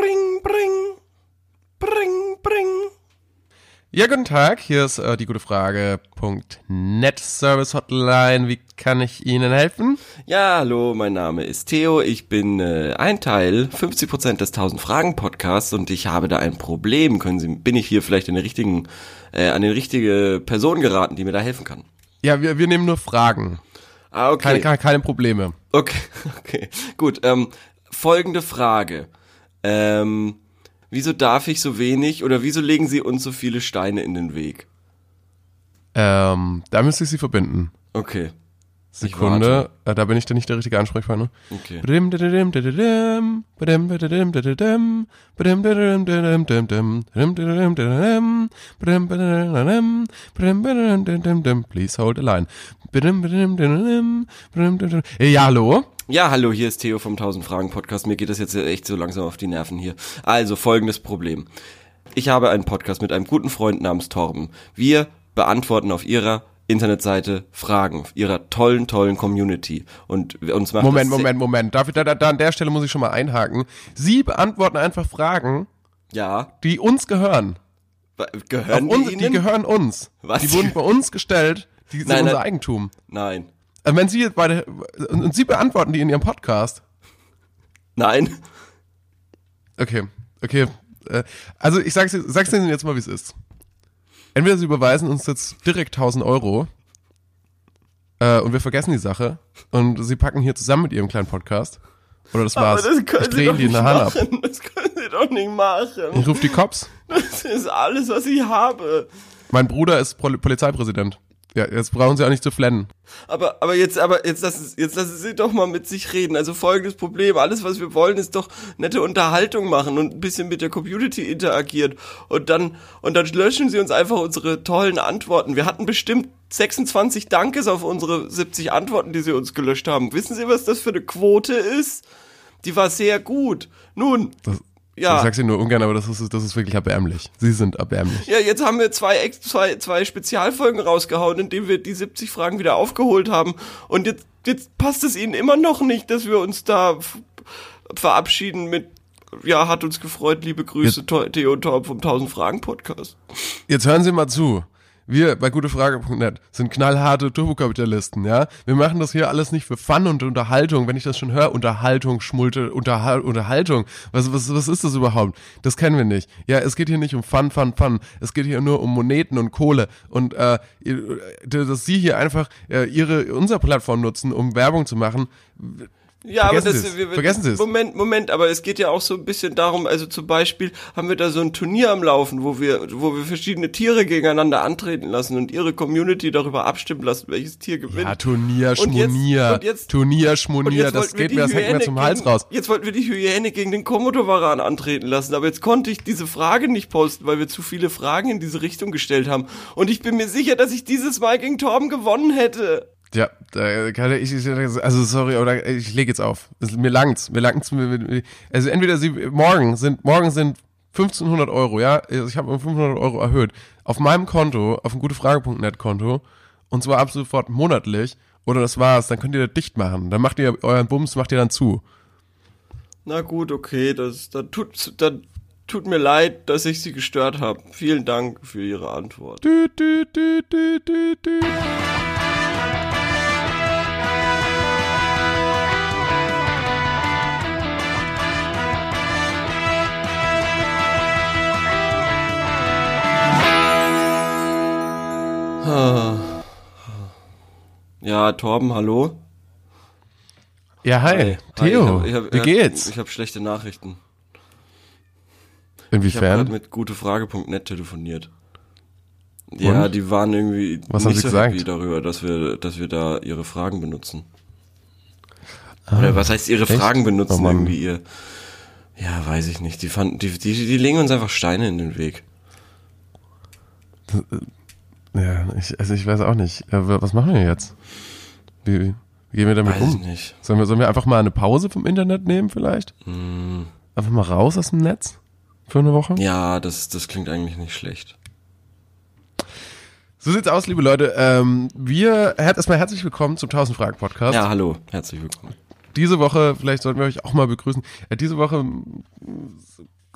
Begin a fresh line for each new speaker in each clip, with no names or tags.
bring, bring, bring. Ja, guten Tag, hier ist äh, die gute Frage.net Service Hotline. Wie kann ich Ihnen helfen?
Ja, hallo, mein Name ist Theo. Ich bin äh, ein Teil 50% des 1000 Fragen Podcasts und ich habe da ein Problem. Können Sie, bin ich hier vielleicht in den richtigen, äh, an die richtige Person geraten, die mir da helfen kann?
Ja, wir, wir nehmen nur Fragen.
Ah, okay.
Keine, keine, keine Probleme.
Okay, okay. Gut, ähm, folgende Frage. Ähm, wieso darf ich so wenig oder wieso legen Sie uns so viele Steine in den Weg?
Ähm, da müsste ich Sie verbinden.
Okay,
Sekunde, äh, da bin ich dann nicht der richtige Ansprechpartner.
okay.
Badum, dadadum, dadadum, badum, badadum, dadadum, badum, dadadum, dadadum, dadadum, badum, dadadum, dadadum, badum, badadadadum, badum, badadum, dadadum. Please hold the line. Badum, badum, dadadum, badum, dadadum. Äh, Ja, hallo?
Ja, hallo, hier ist Theo vom 1000 Fragen Podcast. Mir geht das jetzt echt so langsam auf die Nerven hier. Also, folgendes Problem. Ich habe einen Podcast mit einem guten Freund namens Torben. Wir beantworten auf ihrer Internetseite Fragen, auf ihrer tollen, tollen Community. Und wir- uns macht
Moment,
das sehr-
Moment, Moment. Darf ich da, da, da an der Stelle muss ich schon mal einhaken. Sie beantworten einfach Fragen,
Ja,
die uns gehören.
Wa- gehören
Uns,
die
die
Ihnen?
gehören uns.
Was?
Die wurden bei uns gestellt. Die sind
Nein,
unser
nein.
Eigentum.
Nein.
Äh, Wenn Sie jetzt beide, und und Sie beantworten die in Ihrem Podcast.
Nein.
Okay, okay. Äh, Also ich sag's, sag's Ihnen jetzt mal, wie es ist. Entweder Sie überweisen uns jetzt direkt 1000 Euro äh, und wir vergessen die Sache und Sie packen hier zusammen mit Ihrem kleinen Podcast. Oder das war's. ich drehe die in der Hand ab.
Das können Sie doch nicht machen.
Ich rufe die Cops.
Das ist alles, was ich habe.
Mein Bruder ist Pol Polizeipräsident. Ja, jetzt brauchen Sie auch nicht zu flennen.
Aber, aber jetzt, aber jetzt lassen, Sie- jetzt lassen Sie doch mal mit sich reden. Also folgendes Problem. Alles, was wir wollen, ist doch nette Unterhaltung machen und ein bisschen mit der Community interagieren. Und dann, und dann löschen Sie uns einfach unsere tollen Antworten. Wir hatten bestimmt 26 Dankes auf unsere 70 Antworten, die Sie uns gelöscht haben. Wissen Sie, was das für eine Quote ist? Die war sehr gut. Nun.
Das,
Ja.
Ich sag's Ihnen nur ungern, aber das ist, das ist wirklich erbärmlich. Sie sind erbärmlich.
Ja, jetzt haben wir zwei, Ex- zwei, zwei Spezialfolgen rausgehauen, indem wir die 70 Fragen wieder aufgeholt haben. Und jetzt, jetzt passt es ihnen immer noch nicht, dass wir uns da f- verabschieden mit, ja, hat uns gefreut, liebe Grüße, Thor- Theo und Torb vom 1000 Fragen Podcast.
Jetzt hören Sie mal zu. Wir bei gutefrage.net sind knallharte Turbokapitalisten, ja? Wir machen das hier alles nicht für Fun und Unterhaltung. Wenn ich das schon höre, Unterhaltung, Schmulte, Unterhal Unterhaltung. Was, was, was ist das überhaupt? Das kennen wir nicht. Ja, es geht hier nicht um Fun, Fun, Fun. Es geht hier nur um Moneten und Kohle. Und äh, ihr- dass Sie hier einfach äh, ihre, unsere Plattform nutzen, um Werbung zu machen.
Ja,
Vergessen
aber
Sie
das,
es. Vergessen Sie es.
Moment, Moment, aber es geht ja auch so ein bisschen darum, also zum Beispiel haben wir da so ein Turnier am Laufen, wo wir, wo wir verschiedene Tiere gegeneinander antreten lassen und ihre Community darüber abstimmen lassen, welches Tier gewinnt.
Ja, Turnier,
Und jetzt-
Schmonier,
und jetzt-
Turnier,
Und
Schmonier,
jetzt
das
wollten wir
geht
die
mir, das hängt mir
Hyäne
zum Hals
gegen,
raus.
Jetzt wollten wir die Hyäne gegen den Komodowaran antreten lassen, aber jetzt konnte ich diese Frage nicht posten, weil wir zu viele Fragen in diese Richtung gestellt haben. Und ich bin mir sicher, dass ich dieses Mal gegen Torben gewonnen hätte.
Ja, da kann ich, ich- also sorry, oder ich lege jetzt auf. Es, mir langt's, mir langt's. Mir, mir, also entweder sie, morgen sind, morgen sind 1500 Euro, ja, also ich habe um 500 Euro erhöht, auf meinem Konto, auf dem gutefrage.net Konto, und zwar ab sofort monatlich, oder das war's, dann könnt ihr das dicht machen, dann macht ihr euren Bums, macht ihr dann zu.
Na gut, okay, das, dann tut, dann tut mir leid, dass ich Sie gestört habe. Vielen Dank für Ihre Antwort.
Dü, dü, dü, dü, dü, dü.
Ja, Torben, hallo?
Ja, hi, Theo,
Hi, ich hab- ich hab-
wie
ja,
geht's?
Ich habe schlechte Nachrichten. Ich habe gerade
Inwiefern?
mit gutefrage.net telefoniert. Ja,
Und?
die waren irgendwie
Was haben
nicht
sie
so
gesagt?
happy darüber, dass wir, dass wir da ihre Fragen benutzen. Oder was heißt ihre Fragen benutzen
Ah. Oh Mann.
irgendwie ihr? Ja, weiß ich nicht. Die fanden, die, die, die legen uns einfach Steine in den Weg.
Ja, ich, also ich weiß auch nicht. Äh, wa- Was machen wir jetzt? Wie, wie gehen wir damit
Weiß
um?
ich nicht.
Sollen wir, sollen wir einfach mal eine Pause vom Internet nehmen vielleicht? Einfach mal raus aus dem Netz für eine Woche?
Mm. Ja, das, das klingt eigentlich nicht schlecht.
So sieht's aus, liebe Leute. Ähm, wir her- erstmal herzlich willkommen zum 1000 Fragen Podcast.
Ja, hallo, herzlich willkommen.
Diese Woche, vielleicht sollten wir euch auch mal begrüßen. Äh, diese Woche mm,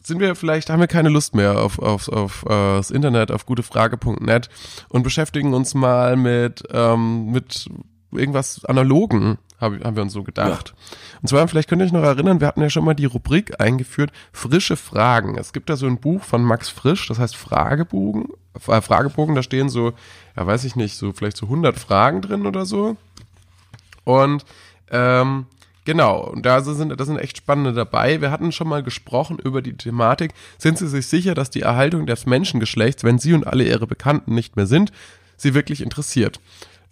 sind wir vielleicht, haben wir keine Lust mehr auf, auf, auf äh, das Internet, auf gutefrage.net und beschäftigen uns mal mit, ähm, mit irgendwas Analogen, hab, haben wir uns so gedacht. Und zwar, vielleicht könnt ihr euch noch erinnern, wir hatten ja schon mal die Rubrik eingeführt, frische Fragen. Es gibt da so ein Buch von Max Frisch, das heißt Fragebogen, äh, Fragebogen, da stehen so, ja weiß ich nicht, so vielleicht so 100 Fragen drin oder so. Und ähm, genau, und da sind, da sind echt spannende dabei. Wir hatten schon mal gesprochen über die Thematik, sind Sie sich sicher, dass die Erhaltung des Menschengeschlechts, wenn Sie und alle Ihre Bekannten nicht mehr sind, Sie wirklich interessiert?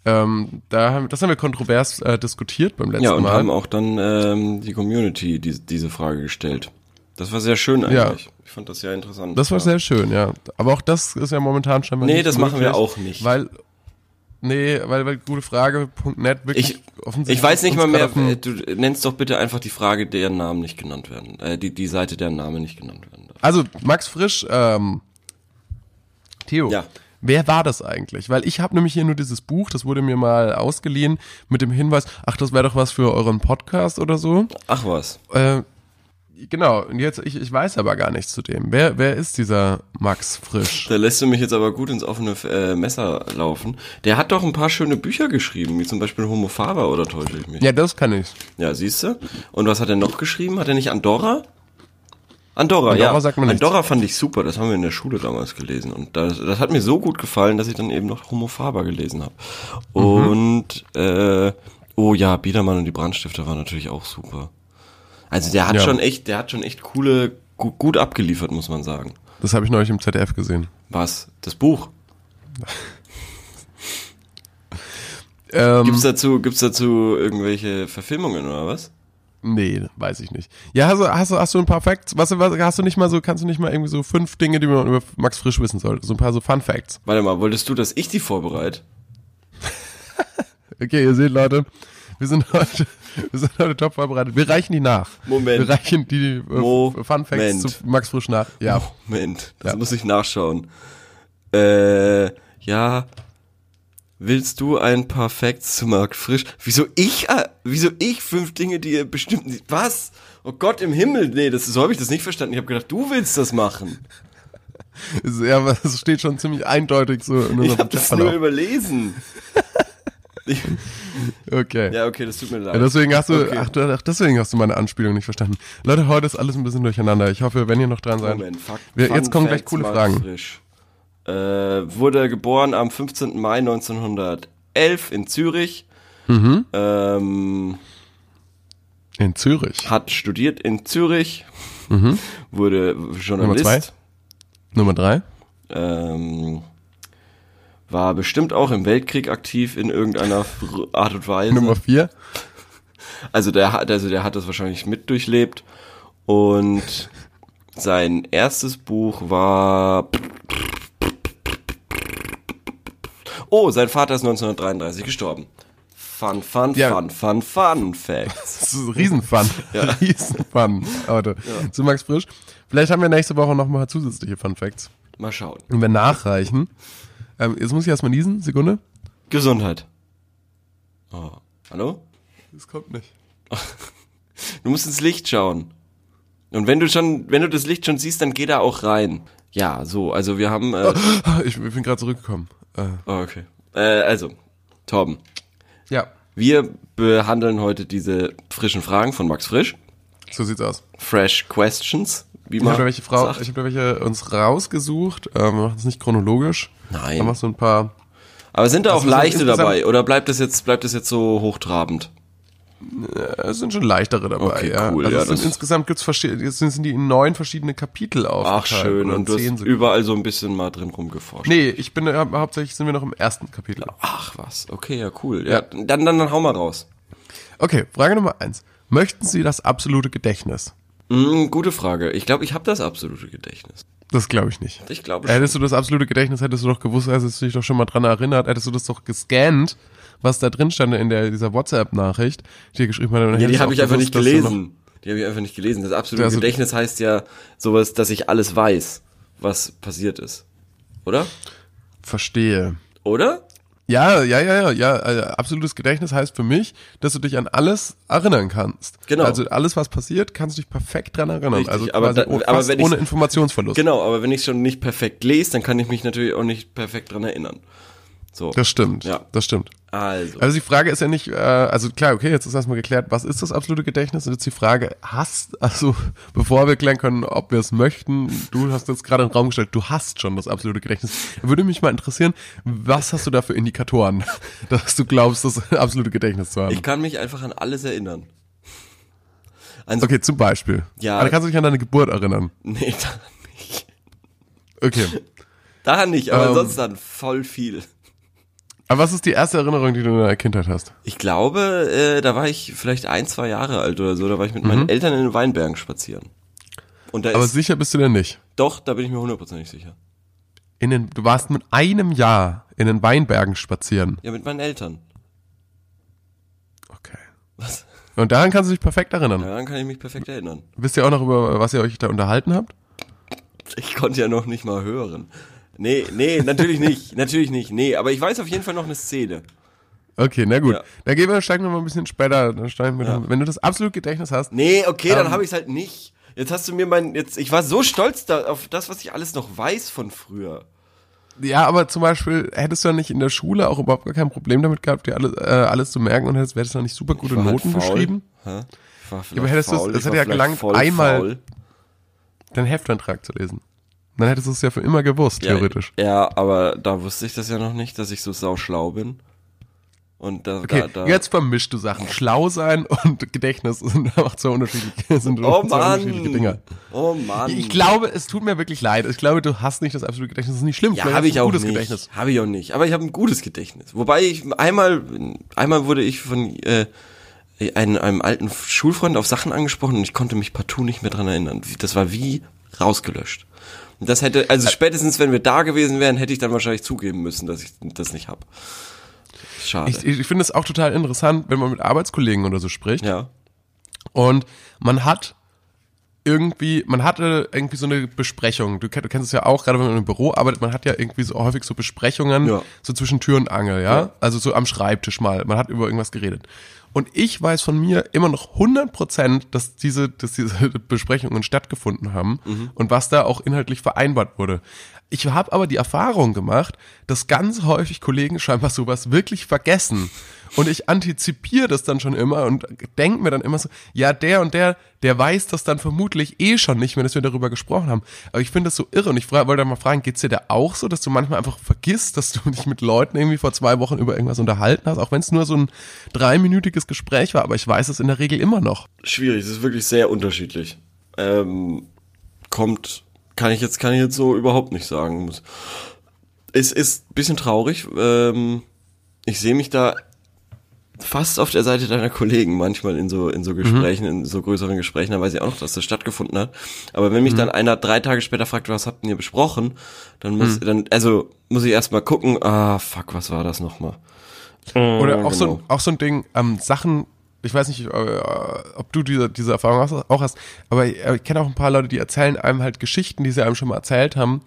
Ähm, da haben, das haben wir kontrovers äh, diskutiert beim letzten
Ja, und
Mal.
haben auch dann ähm, die Community die, diese Frage gestellt. Das war sehr schön
Ja.
eigentlich. Ich fand das sehr interessant.
Das war
ja.
sehr schön, ja. Aber auch das ist ja momentan scheinbar
Nee,
nicht
das machen wir
möglich,
auch nicht.
Weil, nee, weil, weil gutefrage.net wirklich
Ich,
offensichtlich
ich weiß nicht
uns
mal mehr,
gerade auf dem-
äh, du nennst doch bitte einfach die Frage, deren Namen nicht genannt werden, äh, die, die Seite, deren Name nicht genannt werden darf.
Also, Max Frisch, ähm, Theo,
Ja.
wer war das eigentlich? Weil ich habe nämlich hier nur dieses Buch, das wurde mir mal ausgeliehen, mit dem Hinweis, ach, das wäre doch was für euren Podcast oder so.
Ach was.
Äh, genau, und jetzt, ich, ich weiß aber gar nichts zu dem. Wer, wer ist dieser Max Frisch?
Da lässt du mich jetzt aber gut ins offene äh, Messer laufen. Der hat doch ein paar schöne Bücher geschrieben, wie zum Beispiel Homo Faber, oder täusche ich mich?
Ja, das kann ich.
Ja, siehst du? Und was hat er noch geschrieben? Hat er nicht Andorra? Andorra, Andorra ja.
sagt mir nichts.
Andorra fand ich super, das haben wir in der Schule damals gelesen. Und das, das hat mir so gut gefallen, dass ich dann eben noch Homo Faber gelesen habe.
Mhm.
Und, äh, oh ja, Biedermann und die Brandstifter waren natürlich auch super. Also der hat
Ja.
schon echt, der hat schon echt coole, gu- gut abgeliefert, muss man sagen.
Das habe ich neulich im ZDF gesehen.
Was? Das Buch?
Mhm. Ähm,
Gibt's dazu, gibt's dazu irgendwelche Verfilmungen oder was?
Nee, weiß ich nicht. Ja, hast du, hast du, hast du ein paar Facts? Was, was, hast du nicht mal so, kannst du nicht mal irgendwie so fünf Dinge, die man über Max Frisch wissen sollte? So ein paar so Fun Facts.
Warte mal, wolltest du, dass ich die vorbereite?
Okay, ihr seht, Leute, wir sind heute, wir sind heute top vorbereitet. Wir reichen die nach.
Moment.
Wir reichen die äh,
Moment.
Fun Facts zu Max Frisch nach. Ja.
Moment, das
Ja.
muss ich nachschauen. Äh, ja. Willst du ein paar Facts zu Marc Frisch? Wieso ich, äh, wieso ich fünf Dinge, die ihr bestimmt nicht, was? Oh Gott im Himmel, nee, das, so habe ich das nicht verstanden. Ich habe gedacht, du willst das machen.
Ist- Ja, aber es steht schon ziemlich eindeutig so in
Ich
unserem
habe das nur
Chatverlauf.
überlesen. Ich,
Okay.
ja, okay, das tut mir leid.
Ja, deswegen hast du,
Okay.
ach, du- ach, deswegen hast du meine Anspielung nicht verstanden. Leute, heute ist alles ein bisschen durcheinander. Ich hoffe, wenn ihr noch dran seid.
Moment, fuck.
Wir- jetzt kommen gleich coole Fragen.
Frisch. Äh, wurde geboren am 15. Mai 1911 in Zürich. Mhm. Ähm,
In Zürich.
hat studiert in Zürich, wurde
Mhm. Nummer
Journalist,
Nummer drei.
ähm, war bestimmt auch im Weltkrieg aktiv in irgendeiner Art und Weise.
Nummer vier.
Also der hat, also der hat das wahrscheinlich mit durchlebt und sein erstes Buch war Oh, sein Vater ist 1933 gestorben. Fun, fun,
Ja.
fun, fun, fun Facts.
Das ist ein Riesenfun. Riesenfun, Leute. Zu Max Frisch. Vielleicht haben wir nächste Woche nochmal zusätzliche Fun Facts.
Mal schauen.
Und wir nachreichen. Ähm, jetzt muss ich erstmal niesen. Sekunde.
Gesundheit. Oh, hallo?
Es kommt nicht.
Du musst ins Licht schauen. Und wenn du schon, wenn du das Licht schon siehst, dann geh da auch rein. Ja, so, also wir haben. Äh,
Ich, ich bin gerade zurückgekommen. Äh,
oh, okay. Äh, also, Torben,
ja,
wir behandeln heute diese frischen Fragen von Max Frisch.
so sieht's aus.
Fresh Questions, wie
Ich
man.
habe da welche, Frau,
sagt.
ich hab da welche uns rausgesucht. Ähm, wir machen es nicht chronologisch.
Nein.
Haben wir so ein paar.
Aber sind da auch
ist
leichte
insgesamt-
dabei? Oder bleibt das jetzt, bleibt das jetzt so hochtrabend?
äh, Es sind schon leichtere dabei.
Okay,
ja.
cool,
also
ja,
es sind
das-
insgesamt gibt's verschiedene. Jetzt sind sind die in neun verschiedene Kapitel aufgeteilt.
Ach, schön.
oder
Und du
zehn
hast
sogar.
überall so ein bisschen mal drin rumgeforscht.
Nee, ich bin hau- hauptsächlich sind wir noch im ersten Kapitel.
Ach was, okay, ja, cool. Ja, Dann, dann, dann hau mal raus.
Okay, Frage Nummer eins. Möchten Sie das absolute Gedächtnis?
Hm, gute Frage. Ich glaube, ich habe das absolute Gedächtnis.
Das glaube ich nicht.
Ich glaube schon.
Hättest du das absolute Gedächtnis, hättest du doch gewusst, hättest du dich doch schon mal dran erinnert, hättest du das doch gescannt, was da drin stand in der, dieser WhatsApp-Nachricht, die er geschrieben hat. dann
Ja,
hättest
die
du
habe
auch
ich einfach
gewusst,
nicht
dass du noch-
gelesen. Die habe ich einfach nicht gelesen. Das absolute
Also-
Gedächtnis heißt ja sowas, dass ich alles weiß, was passiert ist. Oder?
Verstehe.
Oder?
Ja, ja, ja, ja, ja. äh, Absolutes Gedächtnis heißt für mich, dass du dich an alles erinnern kannst.
Genau.
Also alles, was passiert, kannst du dich perfekt dran erinnern.
Richtig,
also
aber
quasi
da-
oh,
aber
fast
wenn ich's-
ohne Informationsverlust.
Genau, aber wenn ich schon nicht perfekt lese, dann kann ich mich natürlich auch nicht perfekt dran erinnern. So.
Das stimmt.
Ja.
Das stimmt.
Also.
Also die Frage ist ja nicht, äh, also klar, okay, jetzt ist erstmal geklärt, was ist das absolute Gedächtnis? Und jetzt die Frage, hast, also bevor wir klären können, ob wir es möchten, du hast jetzt gerade in den Raum gestellt, du hast schon das absolute Gedächtnis. Würde mich mal interessieren, was hast du da für Indikatoren, dass du glaubst, das absolute Gedächtnis zu haben?
Ich kann mich einfach an alles erinnern. Ansonsten,
Okay, zum Beispiel.
Ja.
Aber kannst du dich an deine Geburt erinnern?
nee, daran nicht.
Okay.
Daran nicht, aber
Ähm.
ansonsten an voll viel.
Aber was ist die erste Erinnerung, die du in deiner Kindheit hast?
Ich glaube, äh, da war ich vielleicht ein, zwei Jahre alt oder so. Da war ich mit meinen Eltern in den Weinbergen spazieren. Und da
Mhm. Aber
ist,
sicher bist du denn nicht?
doch, da bin ich mir hundertprozentig sicher.
In den, du warst mit einem Jahr in den Weinbergen spazieren.
Ja, mit meinen Eltern.
Okay.
Was?
Und daran kannst du dich perfekt erinnern.
Daran kann ich mich perfekt erinnern.
Wisst ihr auch noch, über was ihr euch da unterhalten habt?
Ich konnte ja noch nicht mal hören. Nee, nee, natürlich nicht, natürlich nicht, nee, aber ich weiß auf jeden Fall noch eine Szene.
Okay, na gut.
Ja.
Dann gehen wir, steigen wir mal ein bisschen später. Dann steigen wir noch, wenn du das absolut Gedächtnis hast.
Nee, okay, dann
Ähm.
habe ich es halt nicht. Jetzt hast du mir mein, jetzt, ich war so stolz da, auf das, was ich alles noch weiß von früher.
Ja, aber zum Beispiel hättest du ja nicht in der Schule auch überhaupt gar kein Problem damit gehabt, dir alles, äh, alles zu merken und hättest, hättest du nicht super gute
Ich war halt
Noten
faul.
geschrieben.
Hä? Ich war
aber hättest du es-
faul,
es
ich
hätte
war
ja
vielleicht
gelangt,
voll
einmal Deinen Heftantrag zu lesen. Dann hättest du es ja für immer gewusst, theoretisch.
Ja, ja, aber da wusste ich das ja noch nicht, dass ich so sauschlau bin. Und da,
Okay,
da, da.
jetzt vermischst du Sachen. Schlau sein und Gedächtnis sind einfach zwei unterschiedliche, sind
oh
zwei unterschiedliche Dinger.
Mann. Oh Mann.
Ich glaube, es tut mir wirklich leid. Ich glaube, du hast nicht das absolute Gedächtnis. Das ist nicht schlimm.
ja,
Vielleicht
habe
hast
ich
du
auch
ein gutes
nicht.
Gedächtnis.
Habe ich auch nicht. Aber ich habe ein gutes Gedächtnis. Wobei ich einmal, einmal wurde ich von äh, einem, einem alten Schulfreund auf Sachen angesprochen und ich konnte mich partout nicht mehr dran erinnern. Wie- Das war wie rausgelöscht. Und das hätte, also spätestens wenn wir da gewesen wären, hätte ich dann wahrscheinlich zugeben müssen, dass ich das nicht habe. Schade.
Ich, ich finde es auch total interessant, wenn man mit Arbeitskollegen oder so spricht.
ja.
Und man hat irgendwie, man hatte irgendwie so eine Besprechung. Du, kenn- du kennst es ja auch, gerade wenn man im Büro arbeitet, man hat ja irgendwie so häufig so Besprechungen,
Ja.
so zwischen Tür und Angel, ja?
Ja.
Also so am Schreibtisch mal. Man hat über irgendwas geredet. Und ich weiß von mir immer noch 100 Prozent, dass diese, dass diese Besprechungen stattgefunden haben
Mhm.
und was da auch inhaltlich vereinbart wurde. Ich habe aber die Erfahrung gemacht, dass ganz häufig Kollegen scheinbar sowas wirklich vergessen. Und ich antizipiere das dann schon immer und denke mir dann immer so, ja, der und der, der weiß das dann vermutlich eh schon nicht mehr, dass wir darüber gesprochen haben. Aber ich finde das so irre und ich fra- wollte mal fragen, geht's dir da auch so, dass du manchmal einfach vergisst, dass du dich mit Leuten irgendwie vor zwei Wochen über irgendwas unterhalten hast, auch wenn es nur so ein dreiminütiges Gespräch war, aber ich weiß es in der Regel immer noch.
schwierig, es ist wirklich sehr unterschiedlich. Ähm, kommt, kann ich jetzt, kann ich jetzt so überhaupt nicht sagen. Muss- Es ist ein bisschen traurig. Ähm, ich sehe mich da fast auf der Seite deiner Kollegen manchmal in so, in so Gesprächen, in so größeren Gesprächen, da weiß ich auch noch, dass das stattgefunden hat. Aber wenn mich dann einer drei Tage später fragt, was habt ihr besprochen, dann muss, dann, also, muss ich erstmal gucken, ah, fuck, was war das nochmal?
Oder auch, so
genau.
ein, auch so ein Ding, ähm, Sachen, ich weiß nicht, äh, ob du diese, diese Erfahrung hast- auch hast, aber ich, äh, ich kenne auch ein paar Leute, die erzählen einem halt Geschichten, die sie einem schon mal erzählt haben,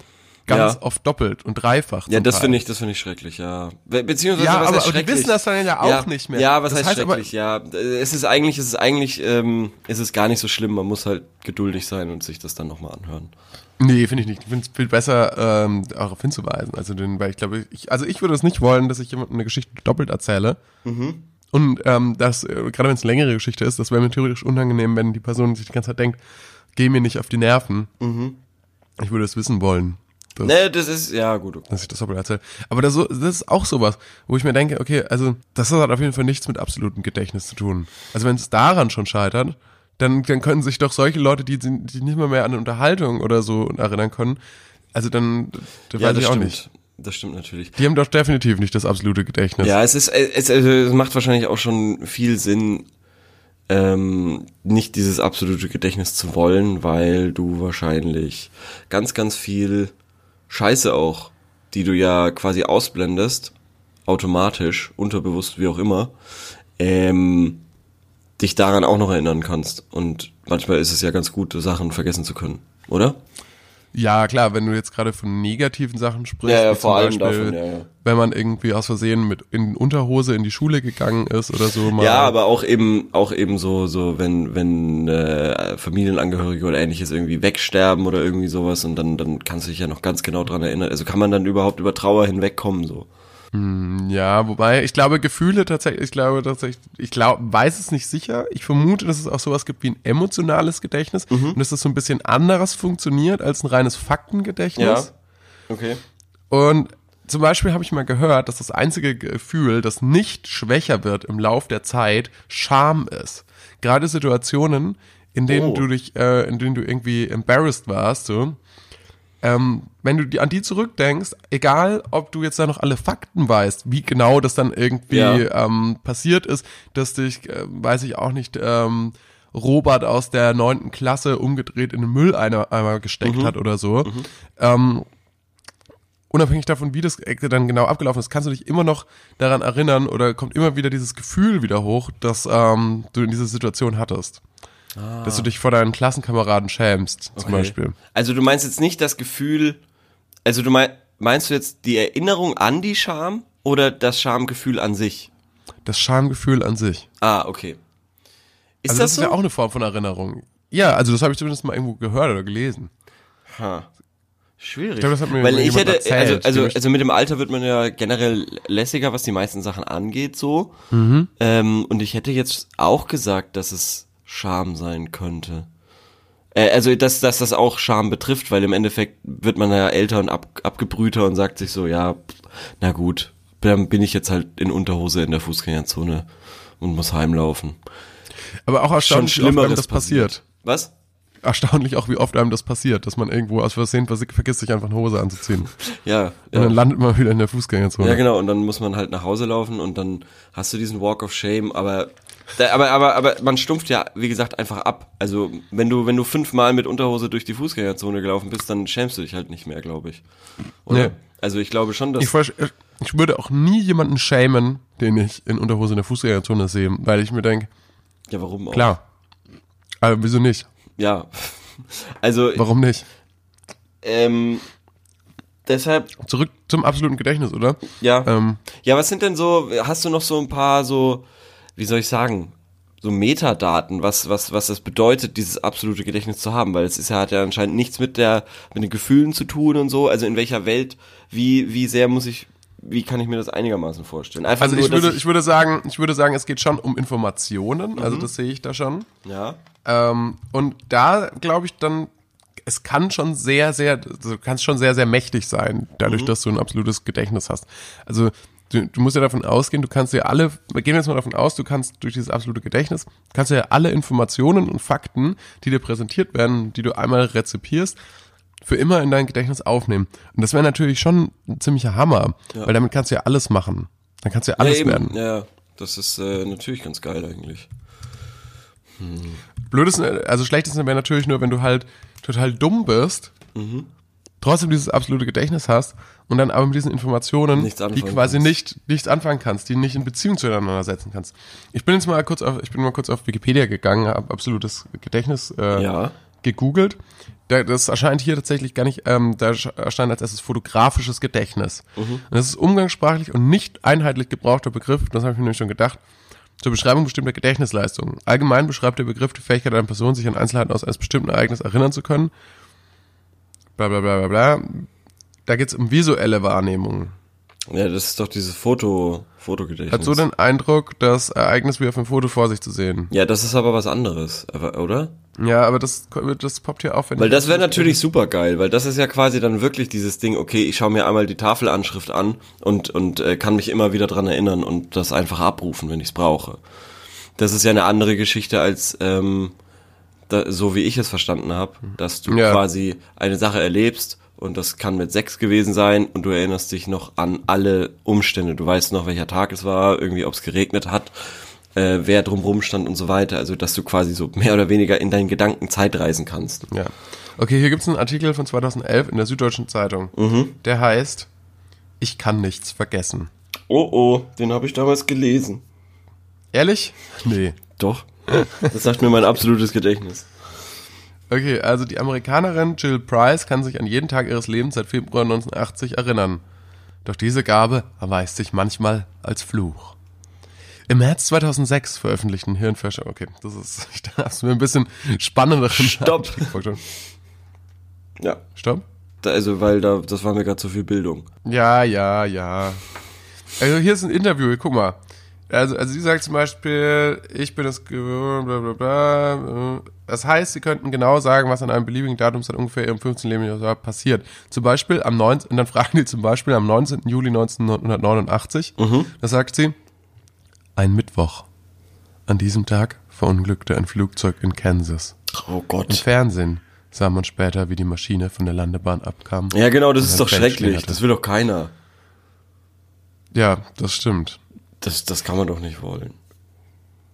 ganz
Ja.
oft doppelt und dreifach.
Ja,
zum
das
Teil.
finde ich, das finde ich schrecklich, ja. Be- Beziehungsweise,
Ja,
was
aber-
heißt
aber die
schrecklich?
wissen das dann ja auch nicht mehr.
Ja, was
Das
heißt,
heißt aber-
schrecklich? ja, äh, es ist eigentlich, es ist eigentlich, ähm, es ist gar nicht so schlimm. Man muss halt geduldig sein und sich das dann nochmal anhören.
Nee, finde ich nicht. Ich finde es viel besser, ähm, darauf hinzuweisen. Also, denn, weil ich glaube, ich, also ich würde es nicht wollen, dass ich jemandem eine Geschichte doppelt erzähle.
Mhm.
Und ähm, das, äh, gerade wenn es eine längere Geschichte ist, das wäre mir theoretisch unangenehm, wenn die Person sich die ganze Zeit denkt, geh mir nicht auf die Nerven.
Mhm.
Ich würde es wissen wollen. dass-
Ne, das ist, ja, gut. okay.
dass ich das doppelt erzähle. Aber das, so- das ist auch sowas, wo ich mir denke, okay, also das hat auf jeden Fall nichts mit absolutem Gedächtnis zu tun. Also wenn es daran schon scheitert, dann, dann können sich doch solche Leute, die, die nicht mal mehr an Unterhaltung oder so erinnern können, also dann, da
Ja,
weiß
das
ich auch
stimmt.
nicht.
Das stimmt natürlich.
Die haben doch definitiv nicht das absolute Gedächtnis.
Ja, es ist, äh, es, also, es macht wahrscheinlich auch schon viel Sinn, ähm, nicht dieses absolute Gedächtnis zu wollen, weil du wahrscheinlich ganz, ganz viel Scheiße auch, die du ja quasi ausblendest, automatisch, unterbewusst, wie auch immer, ähm, dich daran auch noch erinnern kannst. Und manchmal ist es ja ganz gut, Sachen vergessen zu können, oder?
Ja, klar, wenn du jetzt gerade von negativen Sachen sprichst,
Ja, ja,
wie
vor allem
zum Beispiel,
davon, ja, ja.
wenn man irgendwie aus Versehen mit in Unterhose in die Schule gegangen ist oder so mal. halt.
Ja, aber auch eben, auch eben so, so wenn, wenn äh, Familienangehörige oder ähnliches irgendwie wegsterben oder irgendwie sowas und dann, dann kannst du dich ja noch ganz genau dran erinnern. Also kann man dann überhaupt über Trauer hinwegkommen so.
Ähm, Ja, wobei ich glaube Gefühle tatsächlich, ich glaube tatsächlich, ich glaube, weiß es nicht sicher. Ich vermute, dass es auch sowas gibt wie ein emotionales Gedächtnis und dass das so ein bisschen anderes funktioniert als ein reines Faktengedächtnis.
Okay.
Und zum Beispiel habe ich mal gehört, dass das einzige Gefühl, das nicht schwächer wird im Lauf der Zeit, Scham ist. Gerade Situationen, in denen
Oh.
du dich, äh, in denen du irgendwie embarrassed warst, so. Ähm, wenn du die, an die zurückdenkst, egal ob du jetzt da noch alle Fakten weißt, wie genau das dann irgendwie
Ja.
ähm, passiert ist, dass dich, äh, weiß ich auch nicht, ähm, Robert aus der neunten Klasse umgedreht in den Mülleimer Eimer
Mhm.
gesteckt hat oder so. Ähm, unabhängig davon, wie das Ecke dann genau abgelaufen ist, kannst du dich immer noch daran erinnern oder kommt immer wieder dieses Gefühl wieder hoch, dass ähm, du in dieser Situation hattest.
Ah.
Dass du dich vor deinen Klassenkameraden schämst, zum Beispiel.
Also du meinst jetzt nicht das Gefühl, also du mein, meinst du jetzt die Erinnerung an die Scham oder das Schamgefühl an sich?
Das Schamgefühl an sich.
Ah, okay. Ist
Also das,
das,
ist
so?
ja auch eine Form von Erinnerung. Ja, also das habe ich zumindest mal irgendwo gehört oder gelesen.
Ha. Schwierig. Ich
glaube, das hat mir
Weil ich
jemand
hätte,
erzählt,
also,
dem
also,
ich-
also mit dem Alter wird man ja generell lässiger, was die meisten Sachen angeht, so.
Mhm.
Ähm, und ich hätte jetzt auch gesagt, dass es Scham sein könnte. Äh, also, dass, dass das auch Scham betrifft, weil im Endeffekt wird man ja älter und ab, abgebrühter und sagt sich so, ja, pff, na gut, dann bin ich jetzt halt in Unterhose in der Fußgängerzone und muss heimlaufen.
Aber auch
Schon
erstaunlich, wie oft einem
Schlimmeres
das passiert.
Was?
Erstaunlich auch, wie oft einem das passiert, dass man irgendwo aus Versehen vers- vergisst, sich einfach eine Hose anzuziehen.
Ja.
Und
ja.
dann landet man wieder in der Fußgängerzone.
Ja, genau, und dann muss man halt nach Hause laufen und dann hast du diesen Walk of Shame, aber da, aber, aber, aber man stumpft ja, wie gesagt, einfach ab. Also, wenn du, wenn du fünfmal mit Unterhose durch die Fußgängerzone gelaufen bist, dann schämst du dich halt nicht mehr, glaube ich. Oder?
Nee.
Also, ich glaube schon, dass.
Ich, versch- ich würde auch nie jemanden schämen, den ich in Unterhose in der Fußgängerzone sehe, weil ich mir denke,
ja, warum auch?
klar, aber wieso nicht?
Ja. Also,
Warum nicht?
ähm, deshalb,
Zurück zum absoluten Gedächtnis, oder?
ja.
Ähm,
Ja, was sind denn so, hast du noch so ein paar so, wie soll ich sagen, so Metadaten, was, was, was das bedeutet, dieses absolute Gedächtnis zu haben, weil es ist ja, hat ja anscheinend nichts mit der, mit den Gefühlen zu tun und so, also in welcher Welt, wie, wie sehr muss ich, wie kann ich mir das einigermaßen vorstellen? Einfach
also
nur,
ich würde,
dass
ich würde sagen, ich würde sagen, es geht schon um Informationen, also das sehe ich da schon.
ja,
Ähm, und da glaube ich dann, es kann schon sehr, sehr, also du kannst schon sehr, sehr mächtig sein, dadurch, dass du ein absolutes Gedächtnis hast. Also du, du musst ja davon ausgehen, du kannst ja alle, wir gehen jetzt mal davon aus, du kannst durch dieses absolute Gedächtnis, kannst du ja alle Informationen und Fakten, die dir präsentiert werden, die du einmal rezipierst, für immer in dein Gedächtnis aufnehmen. Und das wäre natürlich schon ein ziemlicher Hammer, weil damit kannst du ja alles machen. Dann kannst du ja alles
ja,
werden.
eben, ja, das ist äh, natürlich ganz geil eigentlich.
Blödes, also schlechtesten wäre natürlich nur, wenn du halt total dumm bist, trotzdem dieses absolute Gedächtnis hast und dann aber mit diesen Informationen,
Nichts
die
anfangen
quasi
kannst.
nicht nichts anfangen kannst, die nicht in Beziehung zueinander setzen kannst. Ich bin jetzt mal kurz auf, ich bin mal kurz auf Wikipedia gegangen, habe absolutes Gedächtnis äh,
Ja.
gegoogelt. Da, das erscheint hier tatsächlich gar nicht, ähm, da sch- erscheint als erstes fotografisches Gedächtnis.
Mhm.
Und das ist umgangssprachlich und nicht einheitlich gebrauchter Begriff, das habe ich mir nämlich schon gedacht, zur Beschreibung bestimmter Gedächtnisleistungen. Allgemein beschreibt der Begriff die Fähigkeit einer Person, sich an Einzelheiten aus einem bestimmten Ereignis erinnern zu können. Bla bla bla bla bla. Da geht es um visuelle Wahrnehmungen.
Ja, das ist doch dieses Foto, Fotogedächtnis.
Hat so den Eindruck, das Ereignis wie auf dem Foto vor sich zu sehen.
ja, das ist aber was anderes, aber- oder?
Ja, aber das, das poppt hier auf, wenn
Weil
ich-
das wäre natürlich super geil, weil das ist ja quasi dann wirklich dieses Ding, okay, ich schaue mir einmal die Tafelanschrift an und, und äh, kann mich immer wieder dran erinnern und das einfach abrufen, wenn ich es brauche. Das ist ja eine andere Geschichte als ähm, da, so wie ich es verstanden habe, dass du
Ja.
quasi eine Sache erlebst und das kann mit sechs gewesen sein und du erinnerst dich noch an alle Umstände. Du weißt noch, welcher Tag es war, irgendwie ob es geregnet hat, äh, wer drumrum stand und so weiter. Also dass du quasi so mehr oder weniger in deinen Gedanken Zeitreisen kannst.
Ja. Okay, hier gibt's einen Artikel von 2011 in der Süddeutschen Zeitung. Der heißt, ich kann nichts vergessen.
Oh oh, den habe ich damals gelesen.
Ehrlich? Nee.
Doch. Das sagt mir mein absolutes Gedächtnis.
Okay, also die Amerikanerin Jill Price kann sich an jeden Tag ihres Lebens seit Februar 1980 erinnern. Doch diese Gabe erweist sich manchmal als Fluch. Im März 2006 veröffentlichten Hirnforscher, okay, das ist, ich darf mir ein bisschen spannender
Stopp. Ja,
Stopp.
da, also weil da, das war mir gerade zu viel Bildung.
Ja, ja, ja. Also hier ist ein Interview, guck mal. Also, also sie sagt zum Beispiel, ich bin es gewöhnt, bla bla bla. Das heißt, sie könnten genau sagen, was an einem beliebigen Datum seit ungefähr ihrem 15. Lebensjahr passiert. Zum Beispiel am 19. Und dann fragen die zum Beispiel am 19. Juli 1989. Da sagt sie, ein Mittwoch. An diesem Tag verunglückte ein Flugzeug in Kansas.
Oh
Im
Gott.
Fernsehen sah man später, wie die Maschine von der Landebahn abkam.
Ja, genau, das ist
ein
doch
Fenster
schrecklich.
hatte.
Das will doch keiner.
Ja, das stimmt.
Das, das kann man doch nicht wollen.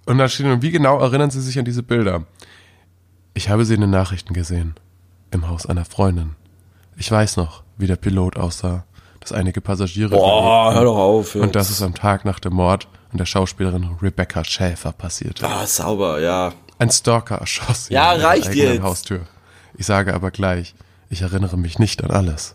Und da steht nun, wie genau erinnern Sie sich an diese Bilder? Ich habe sie in den Nachrichten gesehen. Im Haus einer Freundin. Ich weiß noch, wie der Pilot aussah, dass einige Passagiere.
Boah,
überlebten.
Also, hör doch auf.
Und das ist am Tag nach dem Mord an der Schauspielerin Rebecca Schäfer passiert.
Ah, sauber, ja.
Ein Stalker erschoss sie
Ja,
an ihrer
reicht
eigenen
jetzt.
Haustür. Ich sage aber gleich, ich erinnere mich nicht an alles.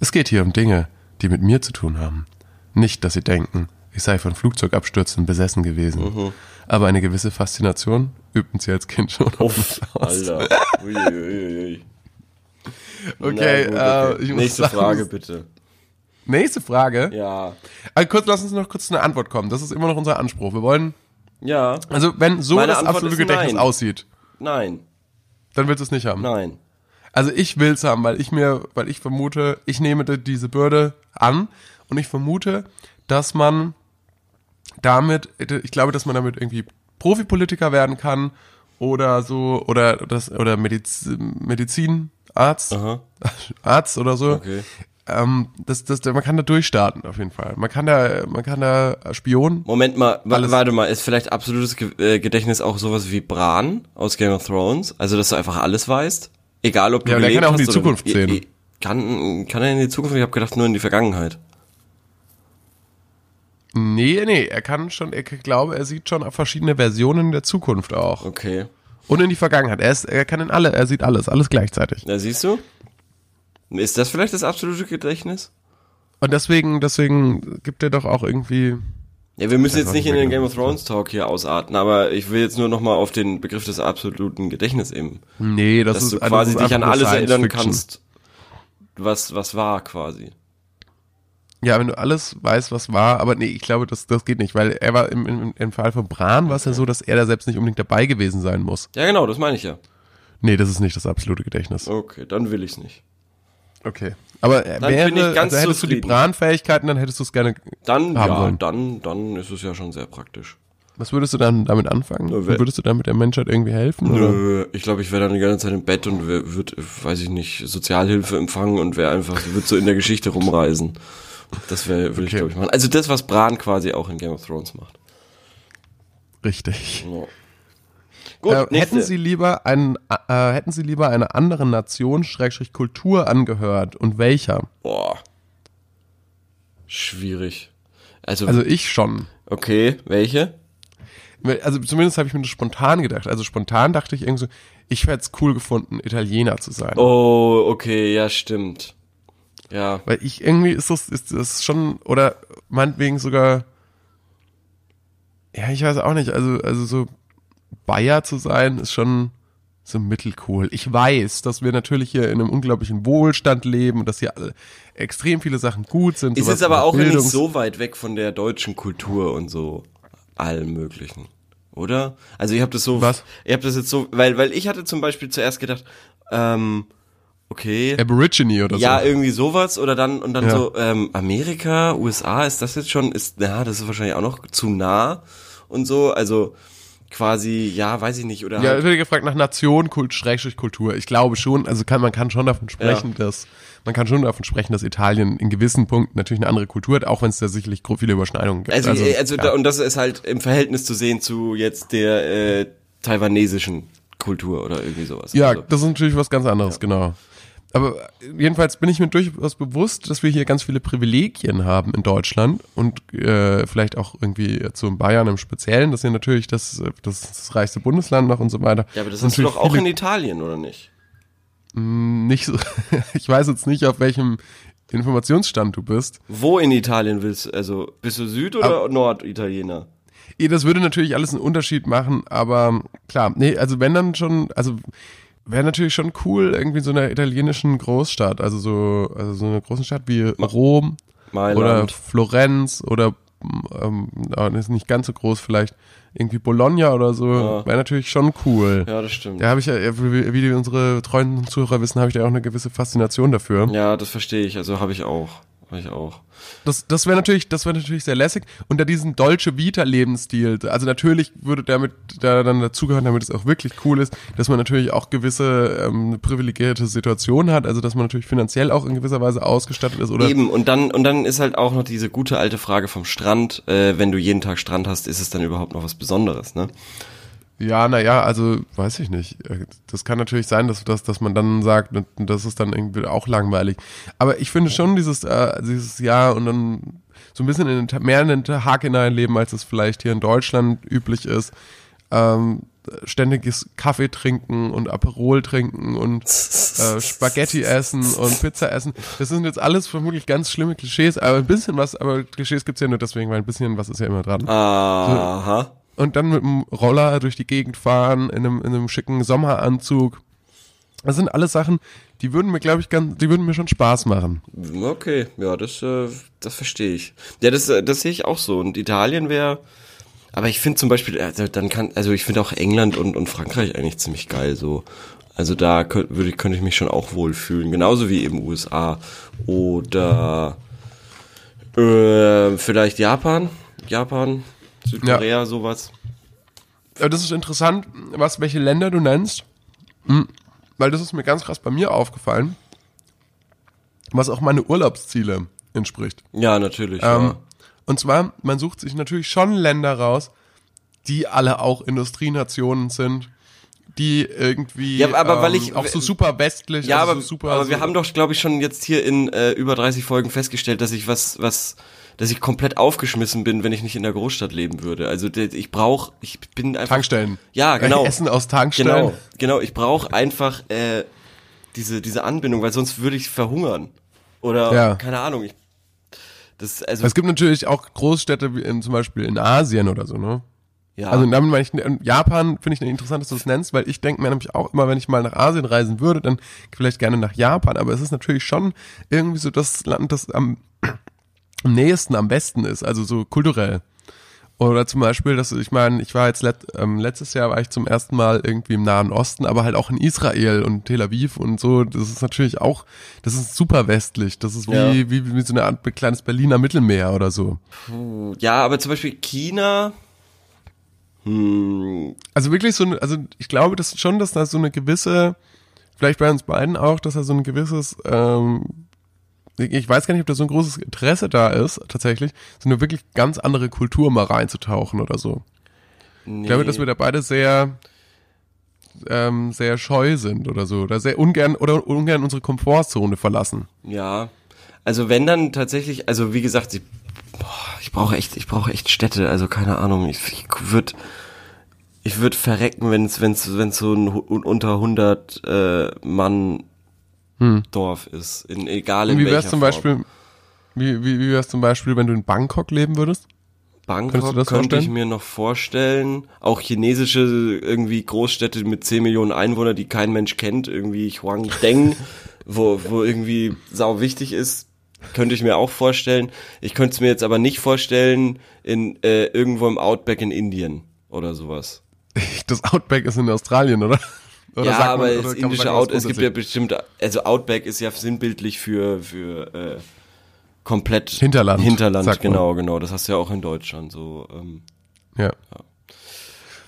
Es geht hier um Dinge, die mit mir zu tun haben. Nicht, dass sie denken, ich sei von Flugzeugabstürzen besessen gewesen.
Mhm.
Aber eine gewisse Faszination übten sie als Kind schon
Oh,
auf mich aus.
Alter. Ui, ui, ui, ui.
Okay,
Na gut,
Äh, ich muss
Nächste
sagen,
Frage, bitte.
Nächste Frage.
Ja.
Also kurz, lass uns noch kurz eine Antwort kommen. Das ist immer noch unser Anspruch. Wir wollen,
Ja.
also wenn so
Meine
das
Antwort
absolute
ist
Gedächtnis
nein.
aussieht,
Nein.
dann willst du es nicht haben.
Nein.
Also ich will's haben, weil ich mir, weil ich vermute, ich nehme da diese Bürde an und ich vermute, dass man damit, ich glaube, dass man damit irgendwie Profipolitiker werden kann oder so oder das oder Mediz, Medizinarzt,
Aha.
Arzt oder so.
Okay.
Ähm, das, das, man kann da durchstarten auf jeden Fall. Man kann da, man kann da Spion.
Moment mal, wa
Alles-
warte mal, ist vielleicht absolutes Ge äh, Gedächtnis auch sowas wie Bran aus Game of Thrones? Also, dass du einfach alles weißt? Egal, ob du
Ja, aber der
gelebt
kann auch in die
hast oder-
Zukunft
I-
sehen.
i- Kann, kann er in die Zukunft? Ich habe gedacht, nur in die Vergangenheit.
Nee, nee, er kann schon, ich glaube, er sieht schon verschiedene Versionen der Zukunft auch.
Okay.
Und in die Vergangenheit. Er, ist, er kann in alle, er sieht alles, alles gleichzeitig.
Na, siehst du? Ist das vielleicht das absolute Gedächtnis?
Und deswegen, deswegen gibt er doch auch irgendwie.
Ja, wir müssen
Das
jetzt
war
nicht
nicht
in den
mehr
Game of Thrones Talk hier ausarten, aber ich will jetzt nur nochmal auf den Begriff des absoluten Gedächtnis eben.
Nee, das
Dass
ist
du
das
quasi
ist
dich
einfach
an
nur
alles
Science
erinnern
Fiction.
kannst, was, was war quasi.
Ja, wenn du alles weißt, was war, aber nee, ich glaube, das, das geht nicht, weil er war im, im, im Fall von Bran war es ja so, dass er da selbst nicht unbedingt dabei gewesen sein muss.
Ja, genau, das meine ich ja.
Nee, das ist nicht das absolute Gedächtnis.
Okay, dann will ich's nicht.
Okay. Aber er
Dann
wäre,
bin ich ganz
also hättest du die
zufrieden.
Bran-Fähigkeiten, dann hättest du es gerne.
Dann,
Haben
ja,
wollen.
dann, dann ist es ja schon sehr praktisch.
Was würdest du dann damit anfangen?
Nö, wer-
würdest du damit der Menschheit irgendwie helfen? Oder?
Nö, ich glaube, ich wäre dann die ganze Zeit im Bett und wär- würd, weiß ich nicht, Sozialhilfe empfangen und wäre einfach, würd so in der Geschichte rumreisen. Das wäre, würde ich
Okay.
glaube ich machen. Also das, was Bran quasi auch in Game of Thrones macht.
Richtig.
Ja. Gut,
äh,
nächste.
hätten Sie lieber einen, äh, hätten Sie lieber einer anderen Nation Schrägstrich Kultur angehört und welcher?
Boah. Schwierig. Also,
Also ich schon.
okay, welche?
Also zumindest habe ich mir das spontan gedacht. Also spontan dachte ich irgendwie so, ich hätte es cool gefunden, Italiener zu sein.
Oh, okay, ja, stimmt. Ja,
Weil ich irgendwie ist das, ist das schon, oder meinetwegen sogar, ja, ich weiß auch nicht, also, also so Bayer zu sein, ist schon so mittelcool. Ich weiß, dass wir natürlich hier in einem unglaublichen Wohlstand leben und dass hier alle, extrem viele Sachen gut sind.
ist
sowas
jetzt aber
wie
auch nicht
Bildungs-
so weit weg von der deutschen Kultur und so allem möglichen, oder? Also ich habe das so,
Was?
ich habe das jetzt so, weil weil ich hatte zum Beispiel zuerst gedacht, ähm, okay,
Aborigine oder
ja
so.
irgendwie sowas oder dann und dann
Ja.
so ähm, Amerika, USA, ist das jetzt schon, ist na, das ist wahrscheinlich auch noch zu nah und so, also quasi, ja, weiß ich nicht oder
Ja,
halt-
ich werde gefragt nach Nation, Kult, Schrägstrich, Kultur. Ich glaube schon, also kann, man kann schon davon sprechen, dass, man kann schon davon sprechen, dass Italien in gewissen Punkten natürlich eine andere Kultur hat, auch wenn es da sicherlich gro- viele Überschneidungen gibt.
Also, also, also
ja.
da, und das ist halt im Verhältnis zu sehen zu jetzt der äh, taiwanesischen Kultur oder irgendwie sowas.
Ja,
Also,
das ist natürlich was ganz anderes, genau. Aber äh, jedenfalls bin ich mir durchaus bewusst, dass wir hier ganz viele Privilegien haben in Deutschland und äh, vielleicht auch irgendwie zum Bayern im Speziellen, dass hier natürlich das, das, ist das äh, reichste Bundesland noch und so weiter.
ja aber das
Und
hast du
natürlich
doch auch
viele-
in Italien, oder nicht?
mh, nicht so, ich weiß jetzt nicht, auf welchem Informationsstand du bist.
Wo in Italien willst du? Also bist du Süd- oder Norditaliener?
Eh, Das würde natürlich alles einen Unterschied machen, aber klar, nee, also wenn dann schon, also wäre natürlich schon cool, irgendwie in so einer italienischen Großstadt, also so, also so eine großen Stadt wie Rom
Mailand.
oder Florenz oder ähm, ah, das ist nicht ganz so groß vielleicht, irgendwie Bologna oder so,
Ja.
wäre natürlich schon cool.
ja, das stimmt.
Da habe ich ja, wie wie unsere treuen Zuhörer wissen, habe ich da auch eine gewisse Faszination dafür.
Ja, das verstehe ich. Also habe ich auch. Habe ich auch.
Das, das wäre natürlich, das wäre natürlich sehr lässig unter diesem deutsche Vita-Lebensstil. Also natürlich würde damit da dann dazugehören, damit es auch wirklich cool ist, dass man natürlich auch gewisse ähm, privilegierte Situationen hat, also dass man natürlich finanziell auch in gewisser Weise ausgestattet ist oder
Eben, und dann, und dann ist halt auch noch diese gute alte Frage vom Strand. Äh, wenn du jeden Tag Strand hast, ist es dann überhaupt noch was Besonderes, ne?
ja, naja, also weiß ich nicht. Äh, Das kann natürlich sein, dass, dass, dass man dann sagt, das ist dann irgendwie auch langweilig. Aber ich finde schon dieses, äh, dieses Jahr und dann so ein bisschen in den, Ta- mehr in den Tag hineinleben, als es vielleicht hier in Deutschland üblich ist. Ähm, ständiges Kaffee trinken und Aperol trinken und äh, Spaghetti essen und Pizza essen. Das sind jetzt alles vermutlich ganz schlimme Klischees, aber ein bisschen was, aber Klischees gibt's ja nur deswegen, weil ein bisschen was ist ja immer dran.
Aha.
Und dann mit dem Roller durch die Gegend fahren, in einem, in einem schicken Sommeranzug. Das sind alles Sachen, die würden mir, glaube ich, ganz, die würden mir schon Spaß machen.
Okay, ja, das, äh, das verstehe ich. Ja, das, äh, das sehe ich auch so. Und Italien wäre. Aber ich finde zum Beispiel, also dann kann, also ich finde auch England und, und Frankreich eigentlich ziemlich geil so. Also da könnte würde, ich- könnte ich mich schon auch wohlfühlen, genauso wie eben USA oder äh, vielleicht Japan, Japan, Südkorea, sowas.
Aber das ist interessant, was, welche Länder du nennst. Hm. Weil das ist mir ganz krass bei mir aufgefallen, was auch meine Urlaubsziele entspricht.
Ja, natürlich.
Ähm,
ja.
und zwar, man sucht sich natürlich schon Länder raus, die alle auch Industrienationen sind, die irgendwie ähm,
Ja, aber weil ich-
auch so super westlich,
Ja,
also
aber,
so super
aber wir
so,
haben doch, glaube ich, schon jetzt hier in äh, über 30 Folgen festgestellt, dass ich was, was, dass ich komplett aufgeschmissen bin, wenn ich nicht in der Großstadt leben würde. Also de- ich brauche, ich bin einfach
Tankstellen.
Ja, genau.
Essen aus Tankstellen.
Genau, genau. Ich brauche einfach äh, diese diese Anbindung, weil sonst würde ich verhungern oder
Ja.
keine Ahnung. Ich, das also
Es gibt natürlich auch Großstädte, wie in, zum Beispiel in Asien oder so, ne?
ja.
Also damit meine ich, in Japan finde ich interessant, dass du das nennst, weil ich denke mir nämlich auch immer, wenn ich mal nach Asien reisen würde, dann vielleicht gerne nach Japan, aber es ist natürlich schon irgendwie so das Land, das am, am nächsten, am besten ist, also so kulturell. Oder zum Beispiel, dass ich meine, ich war jetzt let, ähm, letztes Jahr war ich zum ersten Mal irgendwie im Nahen Osten, aber halt auch in Israel und Tel Aviv und so. Das ist natürlich auch, das ist super westlich. Das ist wie,
Ja.
wie, wie so eine Art kleines Berliner Mittelmeer oder so.
ja, aber zum Beispiel China. Hm,
Also wirklich so, ein- also ich glaube dass schon, dass da so eine gewisse, vielleicht bei uns beiden auch, dass da so ein gewisses, ähm, ich- ich weiß gar nicht, ob da so ein großes Interesse da ist, tatsächlich, so eine wirklich ganz andere Kultur mal reinzutauchen oder so.
nee.
Ich glaube, dass wir da beide sehr, ähm, sehr scheu sind oder so, oder sehr ungern, oder ungern unsere Komfortzone verlassen.
Ja, also wenn dann tatsächlich, also wie gesagt, ich, boah, ich brauche echt, ich brauche echt Städte, also keine Ahnung, ich, ich würde ich würde verrecken, wenn es wenn's, wenn's so ein hu- un- unter 100 äh, Mann Dorf ist, in egal in
Hm. Wie
welcher
wär's
Form.
zum Beispiel, wie, wie, wie wär's zum Beispiel, wenn du in Bangkok leben würdest?
Bangkok
könntest du das
könnte ich
vorstellen?
mir noch vorstellen, auch chinesische irgendwie Großstädte mit 10 Millionen Einwohnern, die kein Mensch kennt, irgendwie Huangdeng, wo, wo irgendwie sau wichtig ist, könnte ich mir auch vorstellen. Ich könnte es mir jetzt aber nicht vorstellen in äh, irgendwo im Outback in Indien oder sowas.
Das Outback ist in Australien, oder? oder
ja,
sagt man-
aber
oder
das
kann man
indische
sagen, was
Out, es gibt
grundsätzlich?
ja bestimmt, also Outback ist ja sinnbildlich für für äh, komplett
Hinterland,
Hinterland,
sagt man.
genau, genau. Das hast du ja auch in Deutschland so. Ähm,
Ja.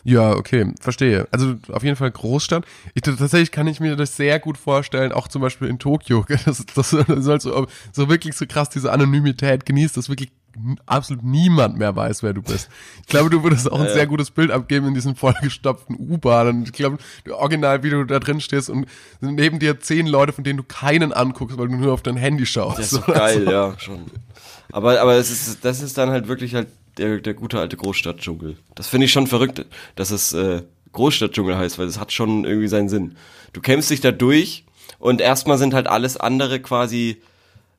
Ja, okay, verstehe. Also auf jeden Fall Großstadt. Ich, tatsächlich kann ich mir das sehr gut vorstellen, auch zum Beispiel in Tokio. gell, Das, das, das soll so, so wirklich so krass diese Anonymität genießt, dass wirklich n- absolut niemand mehr weiß, wer du bist. Ich glaube, du würdest auch ein sehr gutes Bild abgeben in diesen vollgestopften U-Bahnen. Ich glaube, du- original, wie du da drin stehst und sind neben dir zehn Leute, von denen du keinen anguckst, weil du nur auf dein Handy schaust.
Das ist doch
oder
geil,
so. also.
ja, schon. Aber, aber es ist, das ist dann halt wirklich halt der, der gute alte Großstadtdschungel. Das finde ich schon verrückt, dass es äh, Großstadtdschungel heißt, weil es hat schon irgendwie seinen Sinn. Du kämpfst dich da durch Und erstmal sind halt alles andere quasi,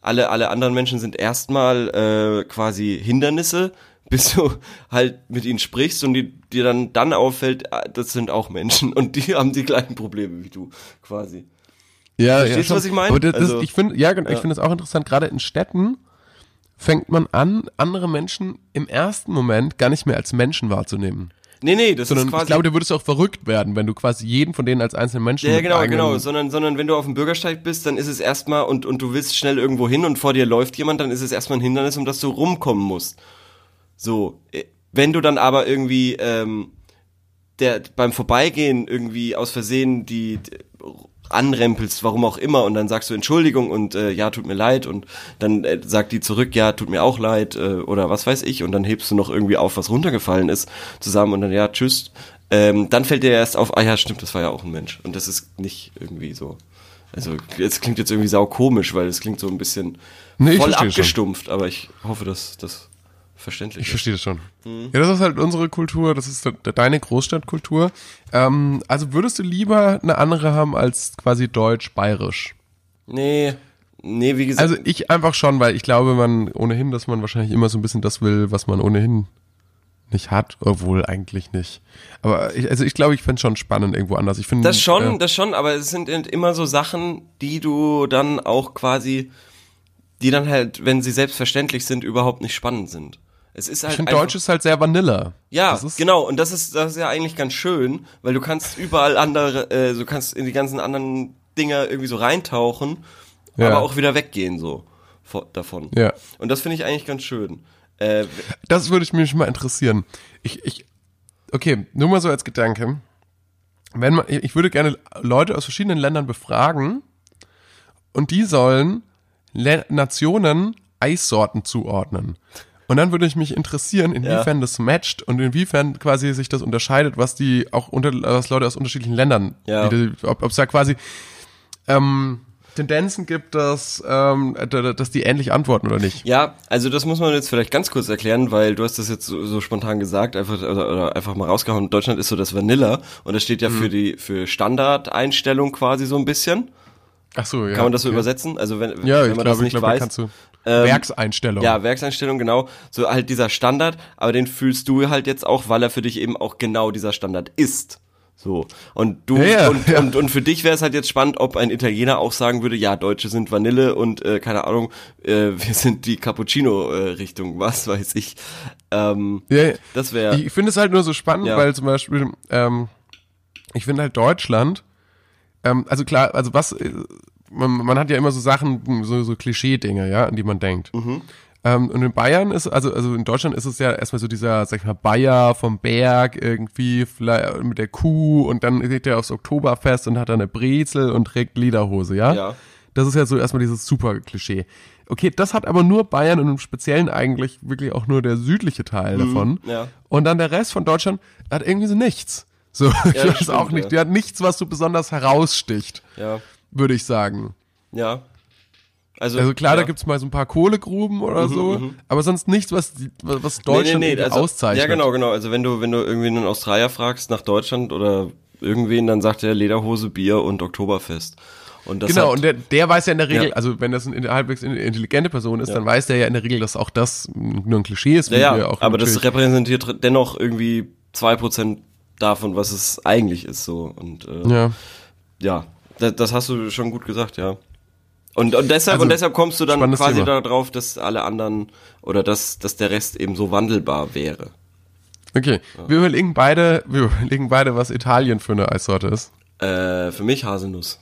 alle, alle anderen Menschen sind erstmal äh, quasi Hindernisse, bis du halt mit ihnen sprichst und die, dir dann, dann auffällt, ah, das sind auch Menschen und die haben die gleichen Probleme wie du, quasi.
Ja,
Verstehst
ja,
du,
schon.
was ich meine?
Aber das, das,
Also-
ich finde, ja, genau, ich
Ja.
finde das auch interessant. Gerade in Städten fängt man an, andere Menschen im ersten Moment gar nicht mehr als Menschen wahrzunehmen.
Nee, nee, das
Sondern
ist quasi.
ich glaube, du würdest auch verrückt werden, wenn du quasi jeden von denen als einzelnen Menschen.
Ja, ja,
mit
genau,
eigenen-
genau. Sondern, sondern wenn du auf dem Bürgersteig bist, dann ist es erstmal und, und du willst schnell irgendwo hin und vor dir läuft jemand, dann ist es erstmal ein Hindernis, um das du rumkommen musst. So. äh, Wenn du dann aber irgendwie ähm, der, beim Vorbeigehen irgendwie aus Versehen die, die anrempelst, warum auch immer, und dann sagst du Entschuldigung und äh, ja, tut mir leid, und dann äh, sagt die zurück, ja, tut mir auch leid, äh, oder was weiß ich, und dann hebst du noch irgendwie auf, was runtergefallen ist, zusammen und dann ja, tschüss. Ähm, dann fällt dir erst auf, ah ja, stimmt, das war ja auch ein Mensch. Und das ist nicht irgendwie so. Also, es klingt jetzt irgendwie sau komisch, weil es klingt so ein bisschen
Nee, ich
voll
verstehe schon.
abgestumpft, aber ich hoffe, dass das verständlich
Ich
ist.
verstehe das schon.
Mhm.
Ja, das ist halt unsere Kultur, das ist de- deine Großstadtkultur. Ähm, also würdest du lieber eine andere haben als quasi deutsch-bayerisch?
Nee, nee, wie gesagt.
Also ich einfach schon, weil ich glaube, man ohnehin, dass man wahrscheinlich immer so ein bisschen das will, was man ohnehin nicht hat, obwohl eigentlich nicht. Aber ich, also ich glaube, ich fände schon spannend irgendwo anders. Ich finde
Das schon,
äh,
das schon, aber es sind eben immer so Sachen, die du dann auch quasi, die dann halt, wenn sie selbstverständlich sind, überhaupt nicht spannend sind. Es ist halt
ich finde
einfach-
Deutsch ist halt sehr Vanilla.
ja,
das ist,
genau, und das ist, das ist ja eigentlich ganz schön, weil du kannst überall andere, äh, du kannst in die ganzen anderen Dinger irgendwie so reintauchen,
Ja.
aber auch wieder weggehen so vo- davon.
Ja.
Und das finde ich eigentlich ganz schön. Äh,
Das würde ich mich mal interessieren. Ich, ich, okay, nur mal so als Gedanke. Wenn man, ich würde gerne Leute aus verschiedenen Ländern befragen und die sollen Lä- Nationen Eissorten zuordnen. Und dann würde ich mich interessieren, inwiefern das matcht und inwiefern quasi sich das unterscheidet, was die auch unter, was Leute aus unterschiedlichen Ländern,
Ja.
die, ob es da quasi ähm, Tendenzen gibt, dass, ähm, d- dass die ähnlich antworten oder nicht.
Ja, also das muss man jetzt vielleicht ganz kurz erklären, weil du hast das jetzt so, so spontan gesagt, einfach oder, oder einfach mal rausgehauen. Deutschland ist so das Vanilla und das steht ja
Mhm.
für die für Standardeinstellung quasi so ein bisschen.
Ach so, ja.
Kann man das so
okay.
übersetzen? Also wenn,
Ja,
wenn
ich
man
glaube,
das
ich
nicht
glaube, da
weiß.
kannst du
Ähm,
Werkseinstellung.
Ja, Werkseinstellung, genau. So halt dieser Standard, aber den fühlst du halt jetzt auch, weil er für dich eben auch genau dieser Standard ist. So. Und du,
Ja, ja,
und,
ja.
Und, und für dich wäre es halt jetzt spannend, ob ein Italiener auch sagen würde, ja, Deutsche sind Vanille und äh, keine Ahnung, äh, wir sind die Cappuccino-Richtung, was weiß ich. Ähm,
Ja, ja.
Das wäre.
Ich finde es halt nur so spannend,
Ja.
weil zum Beispiel, ähm, ich finde halt Deutschland, ähm, also klar, also was, äh, man, man hat ja immer so Sachen, hm, so, so Klischee-Dinge, ja, an die man denkt.
Mhm.
Ähm, und in Bayern ist, also, also in Deutschland ist es ja erstmal so dieser, sag ich mal, Bayer vom Berg irgendwie vielleicht mit der Kuh und dann geht er aufs Oktoberfest und hat dann eine Brezel und trägt Lederhose, ja?
Ja.
Das ist ja so erstmal dieses super Klischee. Okay, das hat aber nur Bayern und im Speziellen eigentlich wirklich auch nur der südliche
Mhm.
Teil davon.
ja.
Und dann der Rest von Deutschland hat irgendwie so nichts. So, ich
das
weiß
stimmt,
auch nicht.
ja.
Die hat nichts, was so besonders heraussticht,
Ja.
würde ich sagen.
Ja. Also,
Also klar,
ja. Mhm,
da gibt's mal so ein paar Kohlegruben oder so, aber sonst nichts, was, die- was Deutschland irgendwie
also-
auszeichnet.
Ja, genau, genau. Also wenn du, wenn du irgendwie einen Australier fragst nach Deutschland oder irgendwen, dann sagt er Lederhose, Bier und Oktoberfest. Und das
Genau,
hat,
und der, der weiß ja in der Regel,
Ja.
also wenn das eine halbwegs intelligente Person ist, dann weiß der ja in der Regel, dass auch das nur ein Klischee ist. wie
ja,
wir
ja,
auch
aber das
natürlich-
repräsentiert dennoch irgendwie zwei Prozent davon, was es eigentlich ist, so. Und, äh,
ja.
ja, das, das hast du schon gut gesagt, ja. Und, und deshalb
Also,
und deshalb kommst du dann
spannendes
quasi
Thema.
darauf, dass alle anderen oder dass, dass der Rest eben so wandelbar wäre.
Okay, wir überlegen beide, wir überlegen beide, was Italien für eine Eissorte ist.
Äh, für mich Haselnuss.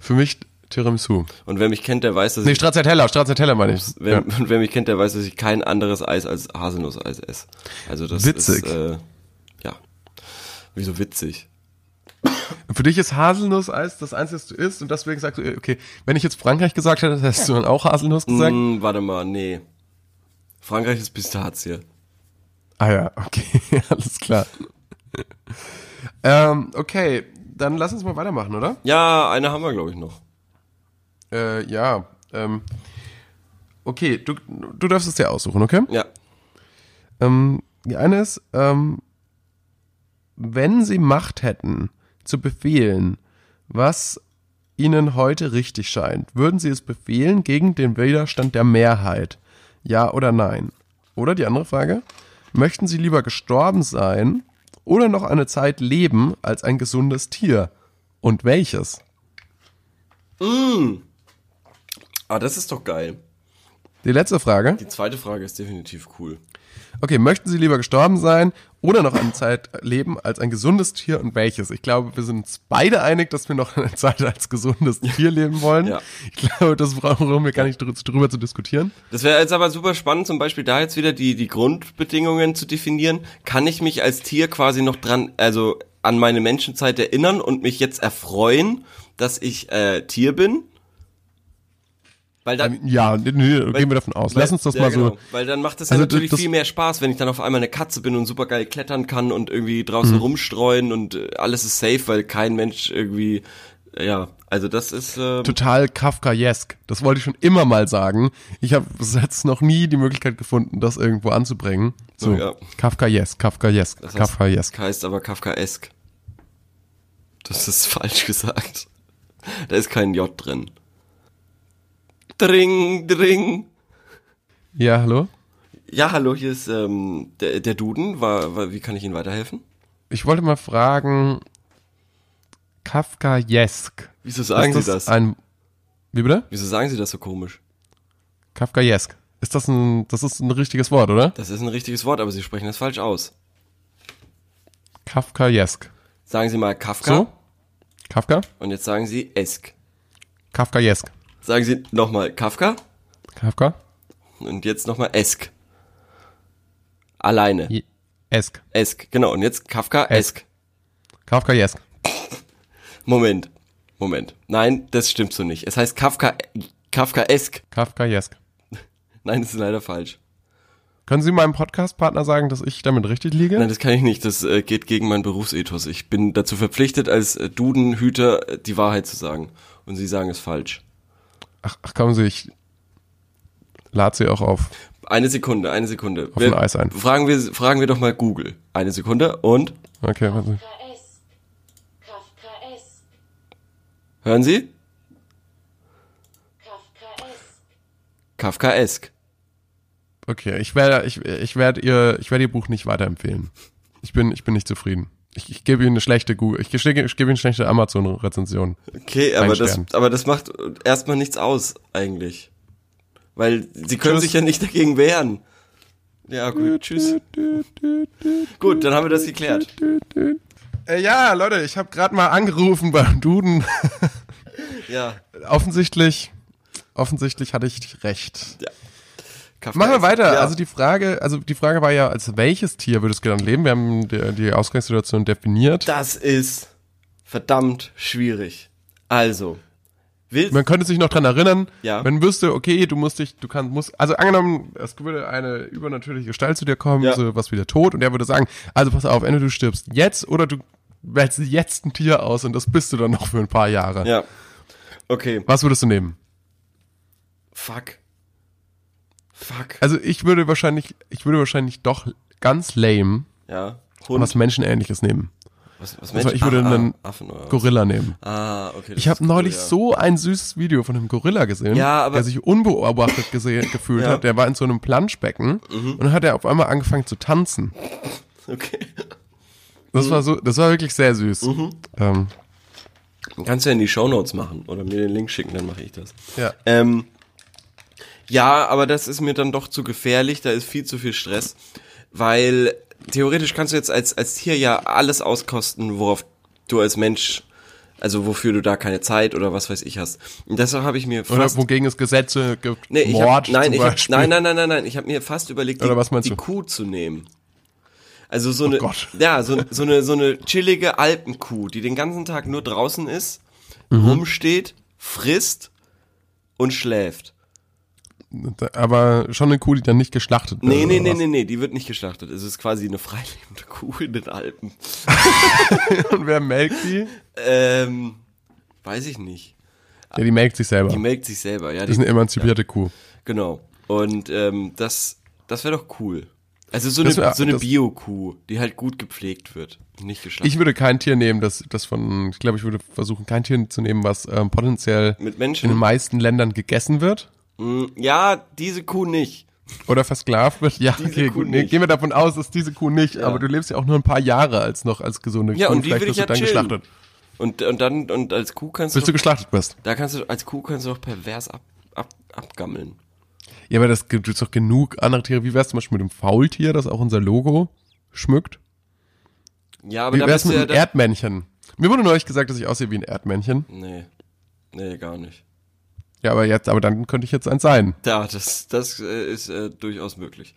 Für mich Tiramisu.
Und wer mich kennt, der weiß, dass
Nee,
ich,
Stracciatella, Stracciatella meine ich.
wer,
Ja.
wer mich kennt, der weiß, dass ich kein anderes Eis als Haselnusseis esse. Also das
Witzig.
ist äh, ja. Wieso witzig?
Für dich ist Haselnusseis das Einzige, was du isst und deswegen sagst du, äh, okay, wenn ich jetzt Frankreich gesagt hätte, hättest du dann auch Haselnuss gesagt?
Hm, warte mal, nee. Frankreich ist Pistazie.
Ah ja, okay, alles klar. ähm, okay, dann lass uns mal weitermachen, oder?
Ja, eine haben wir glaube ich noch.
Äh, ja. Ähm, okay, du, du darfst es dir aussuchen, okay?
Ja.
Ähm, die eine ist, ähm, wenn sie Macht hätten, zu befehlen, was Ihnen heute richtig scheint, würden Sie es befehlen gegen den Widerstand der Mehrheit? Ja oder nein? Oder die andere Frage, möchten Sie lieber gestorben sein oder noch eine Zeit leben als ein gesundes Tier? Und welches?
Ah, das ist doch geil.
Die letzte Frage.
Die zweite Frage ist definitiv cool.
Okay, möchten Sie lieber gestorben sein oder noch eine Zeit leben als ein gesundes Tier und welches? Ich glaube, wir sind uns beide einig, dass wir noch eine Zeit als gesundes Tier leben wollen.
Ja.
Ich glaube, das brauchen wir gar nicht drü- drüber zu diskutieren.
Das wäre jetzt aber super spannend, zum Beispiel da jetzt wieder die, die Grundbedingungen zu definieren. Kann ich mich als Tier quasi noch dran, also an meine Menschenzeit erinnern und mich jetzt erfreuen, dass ich äh, Tier bin? Weil dann,
Ja, nee, nee, gehen wir davon aus.
weil-
Lass uns das
ja,
mal
genau.
so.
Weil dann macht es
Also
ja natürlich
das-
viel mehr Spaß, wenn ich dann auf einmal eine Katze bin und super geil klettern kann und irgendwie
Mhm.
draußen rumstreuen und äh, alles ist safe, weil kein Mensch irgendwie, ja, also das ist, äh,
total kafkaesk. Das wollte ich schon immer mal sagen. Ich habe bis jetzt noch nie die Möglichkeit gefunden, das irgendwo anzubringen. So,
Oh, Ja.
kafkaesk, kafkaesk,
das heißt,
kafkaesk.
heißt aber Kafkaesk. Das ist falsch gesagt. Da ist kein J drin. Dring, dring.
Ja, hallo?
Ja, hallo, hier ist ähm, der, der Duden. War, war, wie kann ich Ihnen weiterhelfen?
Ich wollte mal fragen, kafkaesk.
Wieso sagen
ist
Sie das?
Ein, wie bitte?
Wieso sagen Sie das so komisch?
Kafkaesk. Ist das ein, das ist ein richtiges Wort, oder?
Das ist ein richtiges Wort, aber Sie sprechen das falsch aus.
Kafkaesk.
Sagen Sie mal Kafka
So? Kafka?
und jetzt sagen Sie Esk.
Kafkaesk.
Sagen Sie nochmal Kafka
Kafka?
und jetzt nochmal Esk. Alleine.
Je- Esk.
Esk, genau. Und jetzt Kafka, Esk.
Kafkaesk.
Moment, Moment. Nein, das stimmt so nicht. Es heißt Kafka, Kafkaesk.
Kafkaesk.
Nein, das ist leider falsch.
Können Sie meinem Podcast-Partner sagen, dass ich damit richtig liege?
Nein, das kann ich nicht. Das äh, geht gegen meinen Berufsethos. Ich bin dazu verpflichtet, als äh, Dudenhüter äh, die Wahrheit zu sagen. Und Sie sagen es falsch.
Ach, ach kommen Sie, ich lade Sie auch auf.
Eine Sekunde, eine Sekunde.
Auf ein Eis ein.
Fragen wir, fragen wir doch mal Google. Eine Sekunde und
Okay, warte.
KFKS. KFKS.
hören Sie?
KFKS.
Kafkaesk.
Okay, ich werde, ich, ich werde ihr, ich werde ihr Buch nicht weiterempfehlen. Ich bin, ich bin nicht zufrieden. Ich, ich gebe Ihnen eine schlechte Google, ich, schicke- ich gebe Ihnen eine schlechte Amazon-Rezension.
Okay, aber
Ein
das,
Stern.
aber das macht erstmal nichts aus, eigentlich. Weil Sie können
Tschüss.
sich ja nicht dagegen wehren. Ja, gut, tschüss. Gut, dann haben wir das geklärt.
Äh, ja, Leute, ich habe gerade mal angerufen beim Duden.
Ja.
offensichtlich, offensichtlich hatte ich recht.
Kafka
Machen wir
ist-
weiter.
Ja.
Also die Frage, also die Frage war ja, als welches Tier würdest du gerne leben? Wir haben die, die Ausgangssituation definiert.
das ist verdammt schwierig. Also, willst
Man könnte sich noch dran erinnern,
Ja.
man wüsste, okay, du musst dich, du kannst, musst, also angenommen, es würde eine übernatürliche Gestalt zu dir kommen,
Ja.
so was wie der Tod, und er würde sagen, also pass auf, entweder du stirbst jetzt oder du wählst jetzt ein Tier aus und das bist du dann noch für ein paar Jahre.
ja. Okay.
Was würdest du nehmen?
Fuck. Fuck.
Also ich würde wahrscheinlich, ich würde wahrscheinlich doch ganz lame
Ja.
was
Hund.
Menschenähnliches nehmen.
Was, was
Also ich würde
ah,
einen
ah, Affen oder was?
Gorilla nehmen.
Ah, okay. das
Ich habe
ist cool,
neulich
ja.
so ein süßes Video von einem Gorilla gesehen,
Ja, aber-
der sich unbeobachtet gese- gefühlt
Ja. Mhm.
hat. Der war in so einem Planschbecken und dann hat er auf einmal angefangen zu tanzen.
Okay. Mhm.
Das war so, das war wirklich sehr süß. Ähm,
Kannst du ja in die Shownotes machen oder mir den Link schicken, dann mache ich das.
ja.
Ähm, ja, aber das ist mir dann doch zu gefährlich, da ist viel zu viel Stress, weil theoretisch kannst du jetzt als, als Tier ja alles auskosten, worauf du als Mensch, also wofür du da keine Zeit oder was weiß ich hast. Und deshalb habe ich mir
Oder
fast...
wogegen es Gesetze gibt.
nee, ich hab,
Mord
nein,
zum
ich hab,
Beispiel.
nein, nein, nein, nein, nein, ich habe mir fast überlegt, die,
Oder was meinst
die
du? Oh
Kuh zu nehmen. Also so eine,
Gott.
ja, so, so eine, so eine chillige Alpenkuh, die den ganzen Tag nur draußen ist,
Mhm.
rumsteht, frisst und schläft.
Aber schon eine Kuh, die dann nicht geschlachtet wird.
Nee, nee,
oder
nee,
was?
nee, nee, die wird nicht geschlachtet. Es ist quasi eine freilebende Kuh in den Alpen.
Und wer melkt die?
Ähm, weiß ich nicht.
Ja, die melkt sich selber.
Die melkt sich selber, ja.
das ist
Die,
eine emanzipierte Kuh.
genau. Und ähm, das, das wäre doch cool. Also so
Das
eine,
wär-
so eine
das-
Bio-Kuh, die halt gut gepflegt wird. Nicht geschlachtet.
Ich würde kein Tier nehmen, das, das von, ich glaube, ich würde versuchen, kein Tier zu nehmen, was ähm, potenziell
Mit
in den
Menschen.
meisten Ländern gegessen wird
Mm, Ja, diese Kuh nicht.
oder versklavt wird. Ja,
Diese
okay,
Kuh
gut. Nee,
nicht.
gehen wir davon aus, dass diese Kuh nicht, aber du lebst ja auch nur ein paar Jahre als noch als gesunde
Ja,
Kuh.
und die
Hm, Vielleicht
will ich ja
wirst du dann
chillen.
geschlachtet.
Und, und dann, und als Kuh kannst
Bis
du,
du
doch,
geschlachtet wirst.
da kannst du, als Kuh kannst du doch pervers ab, ab, abgammeln.
Ja, aber das gibt es doch genug andere Tiere. Wie wär's zum Beispiel mit dem Faultier, das auch unser Logo schmückt?
Ja, aber
Wie
da
wär's
bist du
mit
ja
einem
dann,
Erdmännchen? Mir wurde neulich gesagt, dass ich aussehe wie ein Erdmännchen.
Nee. Nee, gar nicht.
Ja, aber jetzt, aber dann könnte ich jetzt eins sein.
Da, das, das äh, ist äh, durchaus möglich.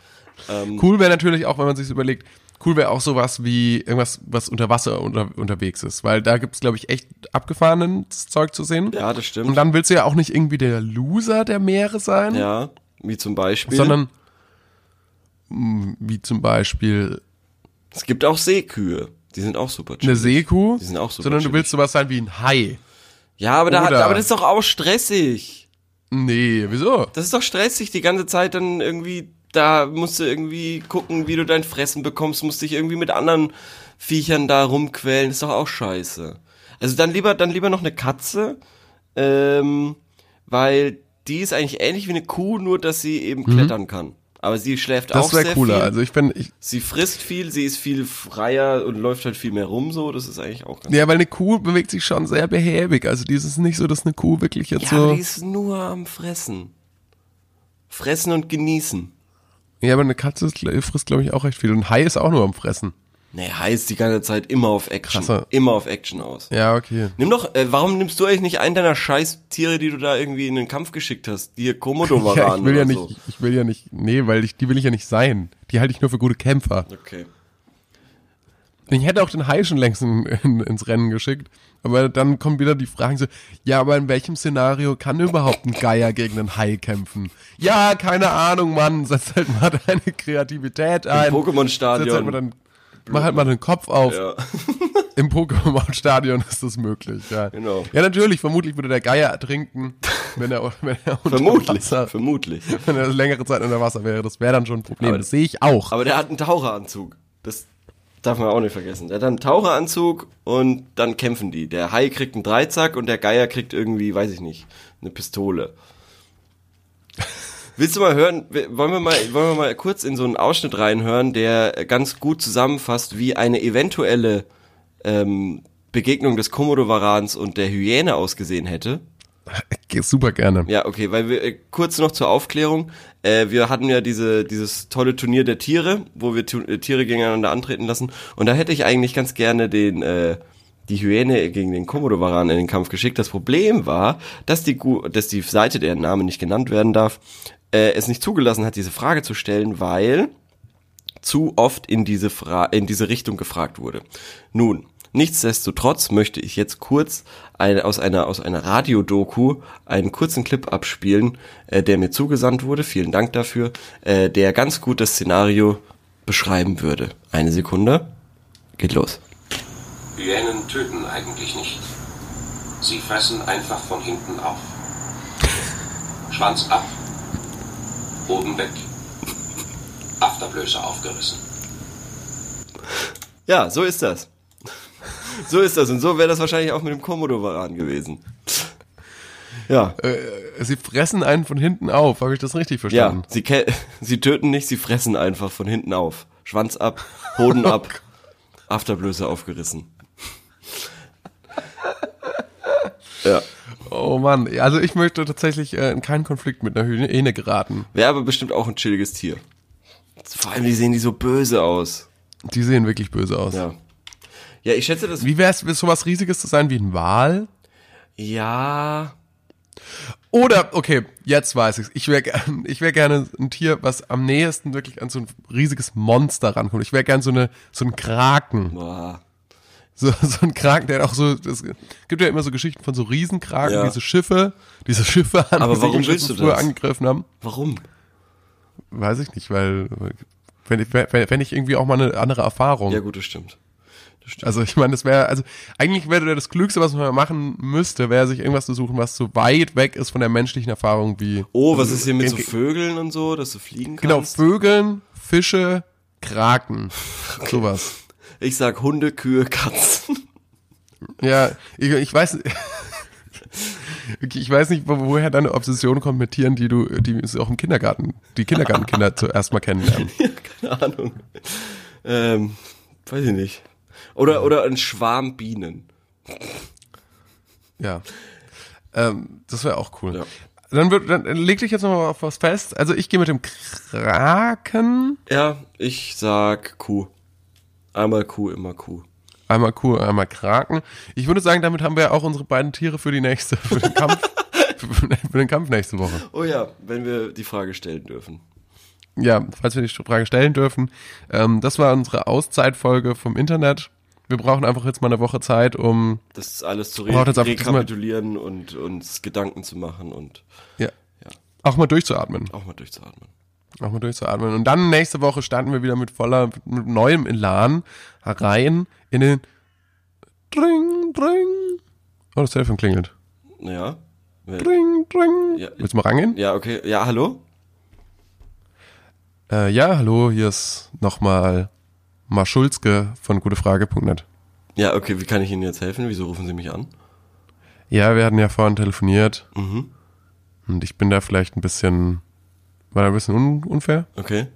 Ähm,
Cool wäre natürlich auch, wenn man sich überlegt, cool wäre auch sowas wie irgendwas, was unter Wasser unter, unterwegs ist. Weil da gibt's glaub glaube ich, echt abgefahrenes Zeug zu sehen.
Ja, das stimmt.
Und dann willst du ja auch nicht irgendwie der Loser der Meere sein,
ja, wie zum Beispiel.
sondern mh, wie zum Beispiel
es gibt auch Seekühe. Die sind auch super
eine
chillig.
Seekuh,
Die sind auch super
sondern du
chillig.
willst sowas sein wie ein Hai.
Ja, aber, da, hat-
Oder-
aber das ist doch auch stressig.
Nee, wieso?
Das ist doch stressig, die ganze Zeit dann irgendwie, da musst du irgendwie gucken, wie du dein Fressen bekommst, musst dich irgendwie mit anderen Viechern da rumquälen, ist doch auch scheiße. Also dann lieber, dann lieber noch eine Katze, ähm, weil die ist eigentlich ähnlich wie eine Kuh, nur dass sie eben klettern kann. Aber sie schläft
Mhm. Das
auch sehr
wäre cooler.
viel.
Also ich bin, ich,
sie frisst viel, sie ist viel freier und läuft halt viel mehr rum so, das ist eigentlich auch ganz
ja, weil eine Kuh bewegt sich schon sehr behäbig. Also die ist es nicht so, dass eine Kuh wirklich jetzt
Ja,
so.
aber die ist nur am Fressen. Fressen und genießen.
ja, aber eine Katze ist- frisst, glaube ich, auch recht viel. Und ein Hai ist auch nur am Fressen.
Nee, heißt die ganze Zeit immer auf Action.
Krasser.
Immer auf Action aus.
Ja, okay.
Nimm doch, äh, warum nimmst du eigentlich nicht einen deiner scheiß Tiere, die du da irgendwie in den Kampf geschickt hast? Die hier Komodo-Waran
Ja, ich will
oder
ja nicht,
so.
ich will ja nicht, nee, weil ich, die will ich ja nicht sein. Die halte ich nur für gute Kämpfer.
Okay.
Ich hätte auch den Hai schon längst in, in, ins Rennen geschickt. Aber dann kommen wieder die Fragen so, ja, aber in welchem Szenario kann überhaupt ein Geier gegen einen Hai kämpfen? Ja, keine Ahnung, Mann. Setz halt mal deine Kreativität ein.
Pokémon-Stadion.
Setz halt mal deinen, mach halt mal den Kopf auf.
Ja.
Im Pokémon-Stadion ist das möglich, ja.
Genau.
Ja, natürlich, vermutlich würde der Geier ertrinken, wenn er, wenn er unter
Vermutlich.
Wasser,
Vermutlich.
wenn er längere Zeit unter Wasser wäre. Das wäre dann schon ein Problem.
Aber-
das sehe ich auch.
Aber der hat einen Taucheranzug. Das darf man auch nicht vergessen. Der hat einen Taucheranzug und dann kämpfen die. Der Hai kriegt einen Dreizack und der Geier kriegt irgendwie, weiß ich nicht, eine Pistole. Willst du mal hören, w- wollen wir mal, wollen wir mal kurz in so einen Ausschnitt reinhören, der ganz gut zusammenfasst, wie eine eventuelle ähm, Begegnung des Komodowarans und der Hyäne ausgesehen hätte?
Geh Äh, Super gerne.
Ja, okay, weil wir äh, kurz noch zur Aufklärung. Äh, wir hatten ja diese, dieses tolle Turnier der Tiere, wo wir tu äh, Tiere gegeneinander antreten lassen. Und da hätte ich eigentlich ganz gerne den, äh, die Hyäne gegen den Komodowaran in den Kampf geschickt. Das Problem war, dass die, Gu- dass die Seite, deren Name nicht genannt werden darf, äh, es nicht zugelassen hat, diese Frage zu stellen, weil zu oft in diese, Fra in diese Richtung gefragt wurde. Nun, nichtsdestotrotz möchte ich jetzt kurz ein, aus einer, aus einer Radiodoku einen kurzen Clip abspielen, äh, der mir zugesandt wurde, vielen Dank dafür, äh, der ganz gut das Szenario beschreiben würde. Eine Sekunde, geht los.
Hyänen töten eigentlich nicht. Sie fressen einfach von hinten auf. Schwanz ab, oben weg, Afterblöße aufgerissen.
Ja, so ist das. So ist das und so wäre das wahrscheinlich auch mit dem Komodowaran gewesen. Ja,
Äh, sie fressen einen von hinten auf. Habe ich das richtig
ja,
verstanden?
sie, ke- sie töten nicht, sie fressen einfach von hinten auf. Schwanz ab,
Oh
Hoden ab, Afterblöße aufgerissen. Ja.
Oh Mann, also ich möchte tatsächlich äh, in keinen Konflikt mit einer Hyäne geraten.
Wäre aber bestimmt auch ein chilliges Tier. Vor allem, die sehen die so böse aus.
Die sehen wirklich böse aus.
Ja. Ja, ich schätze das.
Wie wäre es, sowas Riesiges zu sein wie ein Wal?
Ja.
Oder, okay, jetzt weiß ich's. Ich wäre gern, ich wär gerne ein Tier, was am nächsten wirklich an so ein riesiges Monster rankommt. Ich wäre gern so, eine, so ein Kraken.
Boah.
So, so ein Kraken, der hat auch so. Es gibt ja immer so Geschichten von so Riesenkraken,
Ja.
diese Schiffe, diese Schiffe an
Aber
die
warum
Segelschiffe
willst du
früher
das?
angegriffen haben.
Warum?
Weiß ich nicht, weil wenn ich, wenn, wenn ich irgendwie auch mal eine andere Erfahrung.
Ja, gut, das stimmt.
Also ich meine, das wäre, also eigentlich wäre das Klügste, was man machen müsste, wäre sich irgendwas zu suchen, was so weit weg ist von der menschlichen Erfahrung wie.
Oh, was ist hier mit so
Also,
Vögeln und so, dass du fliegen
Genau,
kannst?
Vögeln, Fische, Kraken. Sowas.
Ich sag Hunde, Kühe, Katzen.
Ja, ich, ich weiß. Okay, ich weiß nicht, wo- woher deine Obsession kommt mit Tieren, die du, die es auch im Kindergarten, die Kindergartenkinder zuerst mal kennenlernen.
ja, keine Ahnung. Ähm, weiß ich nicht. Oder, oder ein Schwarm Bienen.
Ja. Ähm, das wäre auch cool.
Ja.
Dann, wird, dann leg dich jetzt nochmal auf was fest. Also ich gehe mit dem Kraken.
Ja, ich sag Kuh. Einmal Kuh, immer Kuh.
Einmal Kuh, einmal Kraken. Ich würde sagen, damit haben wir auch unsere beiden Tiere für die nächste, für den Kampf, für den Kampf nächste Woche.
Oh ja, wenn wir die Frage stellen dürfen.
ja, falls wir die Frage stellen dürfen. Ähm, das war unsere Auszeitfolge vom Internet. Wir brauchen einfach jetzt mal eine Woche Zeit, um
Das ist alles zu
Braucht jetzt
re
einfach diesmal-
rekapitulieren und uns Gedanken zu machen und
ja, auch mal durchzuatmen.
auch mal durchzuatmen.
Auch mal durchzuatmen. Und dann nächste Woche starten wir wieder mit voller, mit neuem Elan rein in den Dring, Dring. Oh, das Telefon klingelt.
Ja. Wer-
Dring, Dring.
Ja.
Willst du mal rangehen?
Ja, okay. Ja, hallo?
Äh, ja, hallo, hier ist nochmal Marschulzke von gutefrage.net.
Ja, okay, wie kann ich Ihnen jetzt helfen? Wieso rufen Sie mich an?
Ja, wir hatten ja vorhin telefoniert.
Mhm,
Und ich bin da vielleicht ein bisschen, war da ein bisschen un unfair
Okay.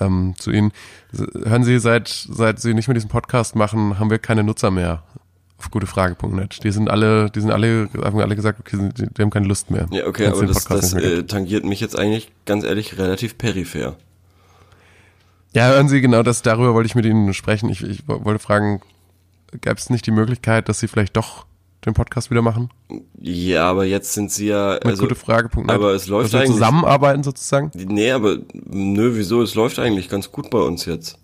ähm, zu Ihnen. S- Hören Sie, seit, seit Sie nicht mehr diesen Podcast machen, haben wir keine Nutzer mehr auf gutefrage.net. Die sind alle, die sind alle, haben alle gesagt, okay, die, die haben keine Lust mehr.
Ja, okay,
Wenn's
aber
den
das,
Podcast
das
nicht mehr gibt.
äh, tangiert mich jetzt eigentlich ganz ehrlich relativ peripher. äh,
ja, hören Sie, genau das, darüber wollte ich mit Ihnen sprechen. Ich, ich wollte fragen, gäbe es nicht die Möglichkeit, dass Sie vielleicht doch den Podcast wieder machen?
Ja, aber jetzt sind Sie ja.
Mit
Also,
gutefrage.net?
aber es läuft
dass wir
eigentlich-
zusammenarbeiten sozusagen?
Nee, aber nö, wieso? Es läuft eigentlich ganz gut bei uns jetzt.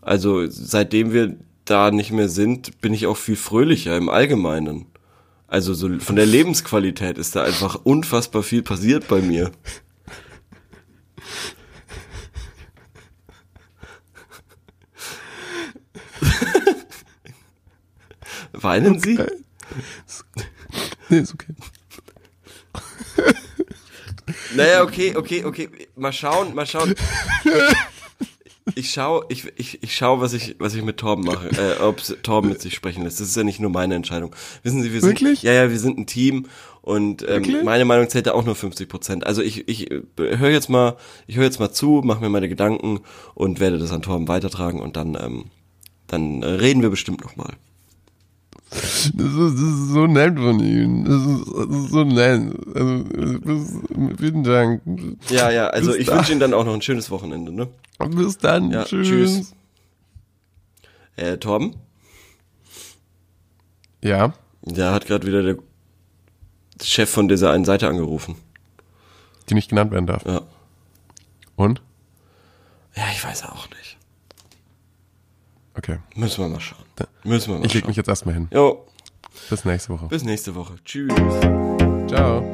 Also seitdem wir da nicht mehr sind, bin ich auch viel fröhlicher im Allgemeinen. Also so von der Lebensqualität ist da einfach unfassbar viel passiert bei mir. Weinen Sie?
Nee, ist okay.
Naja, okay, okay, okay. Mal schauen, mal schauen. Ich schau, ich, ich, ich schau, was ich, was ich mit Torben mache, äh, ob Torben mit sich sprechen lässt. Das ist ja nicht nur meine Entscheidung. Wissen Sie, wir sind,
Wirklich?
ja, ja, wir sind ein Team und ähm,
Wirklich?
meine Meinung zählt da auch nur 50 Prozent. Also ich, ich höre jetzt mal, ich höre jetzt mal zu, mache mir meine Gedanken und werde das an Torben weitertragen und dann, ähm, dann äh, reden wir bestimmt noch mal.
Das ist, das ist so nett von Ihnen. Das ist, das ist so nett. Also, bis, vielen Dank.
Ja, ja. Also
Bis
ich
da-
wünsche Ihnen dann auch noch ein schönes Wochenende. Ne?
Bis dann.
Ja,
tschüss.
tschüss. Äh, Torben,
Ja.
Da hat gerade wieder der Chef von dieser einen Seite angerufen.
Die nicht genannt werden darf.
Ja.
Und?
Ja, ich weiß auch nicht.
Okay.
Müssen wir mal schauen. Müssen wir mal
Ich leg
schauen.
mich jetzt erstmal hin.
Jo,
Bis nächste Woche.
bis nächste Woche. Tschüss.
Ciao.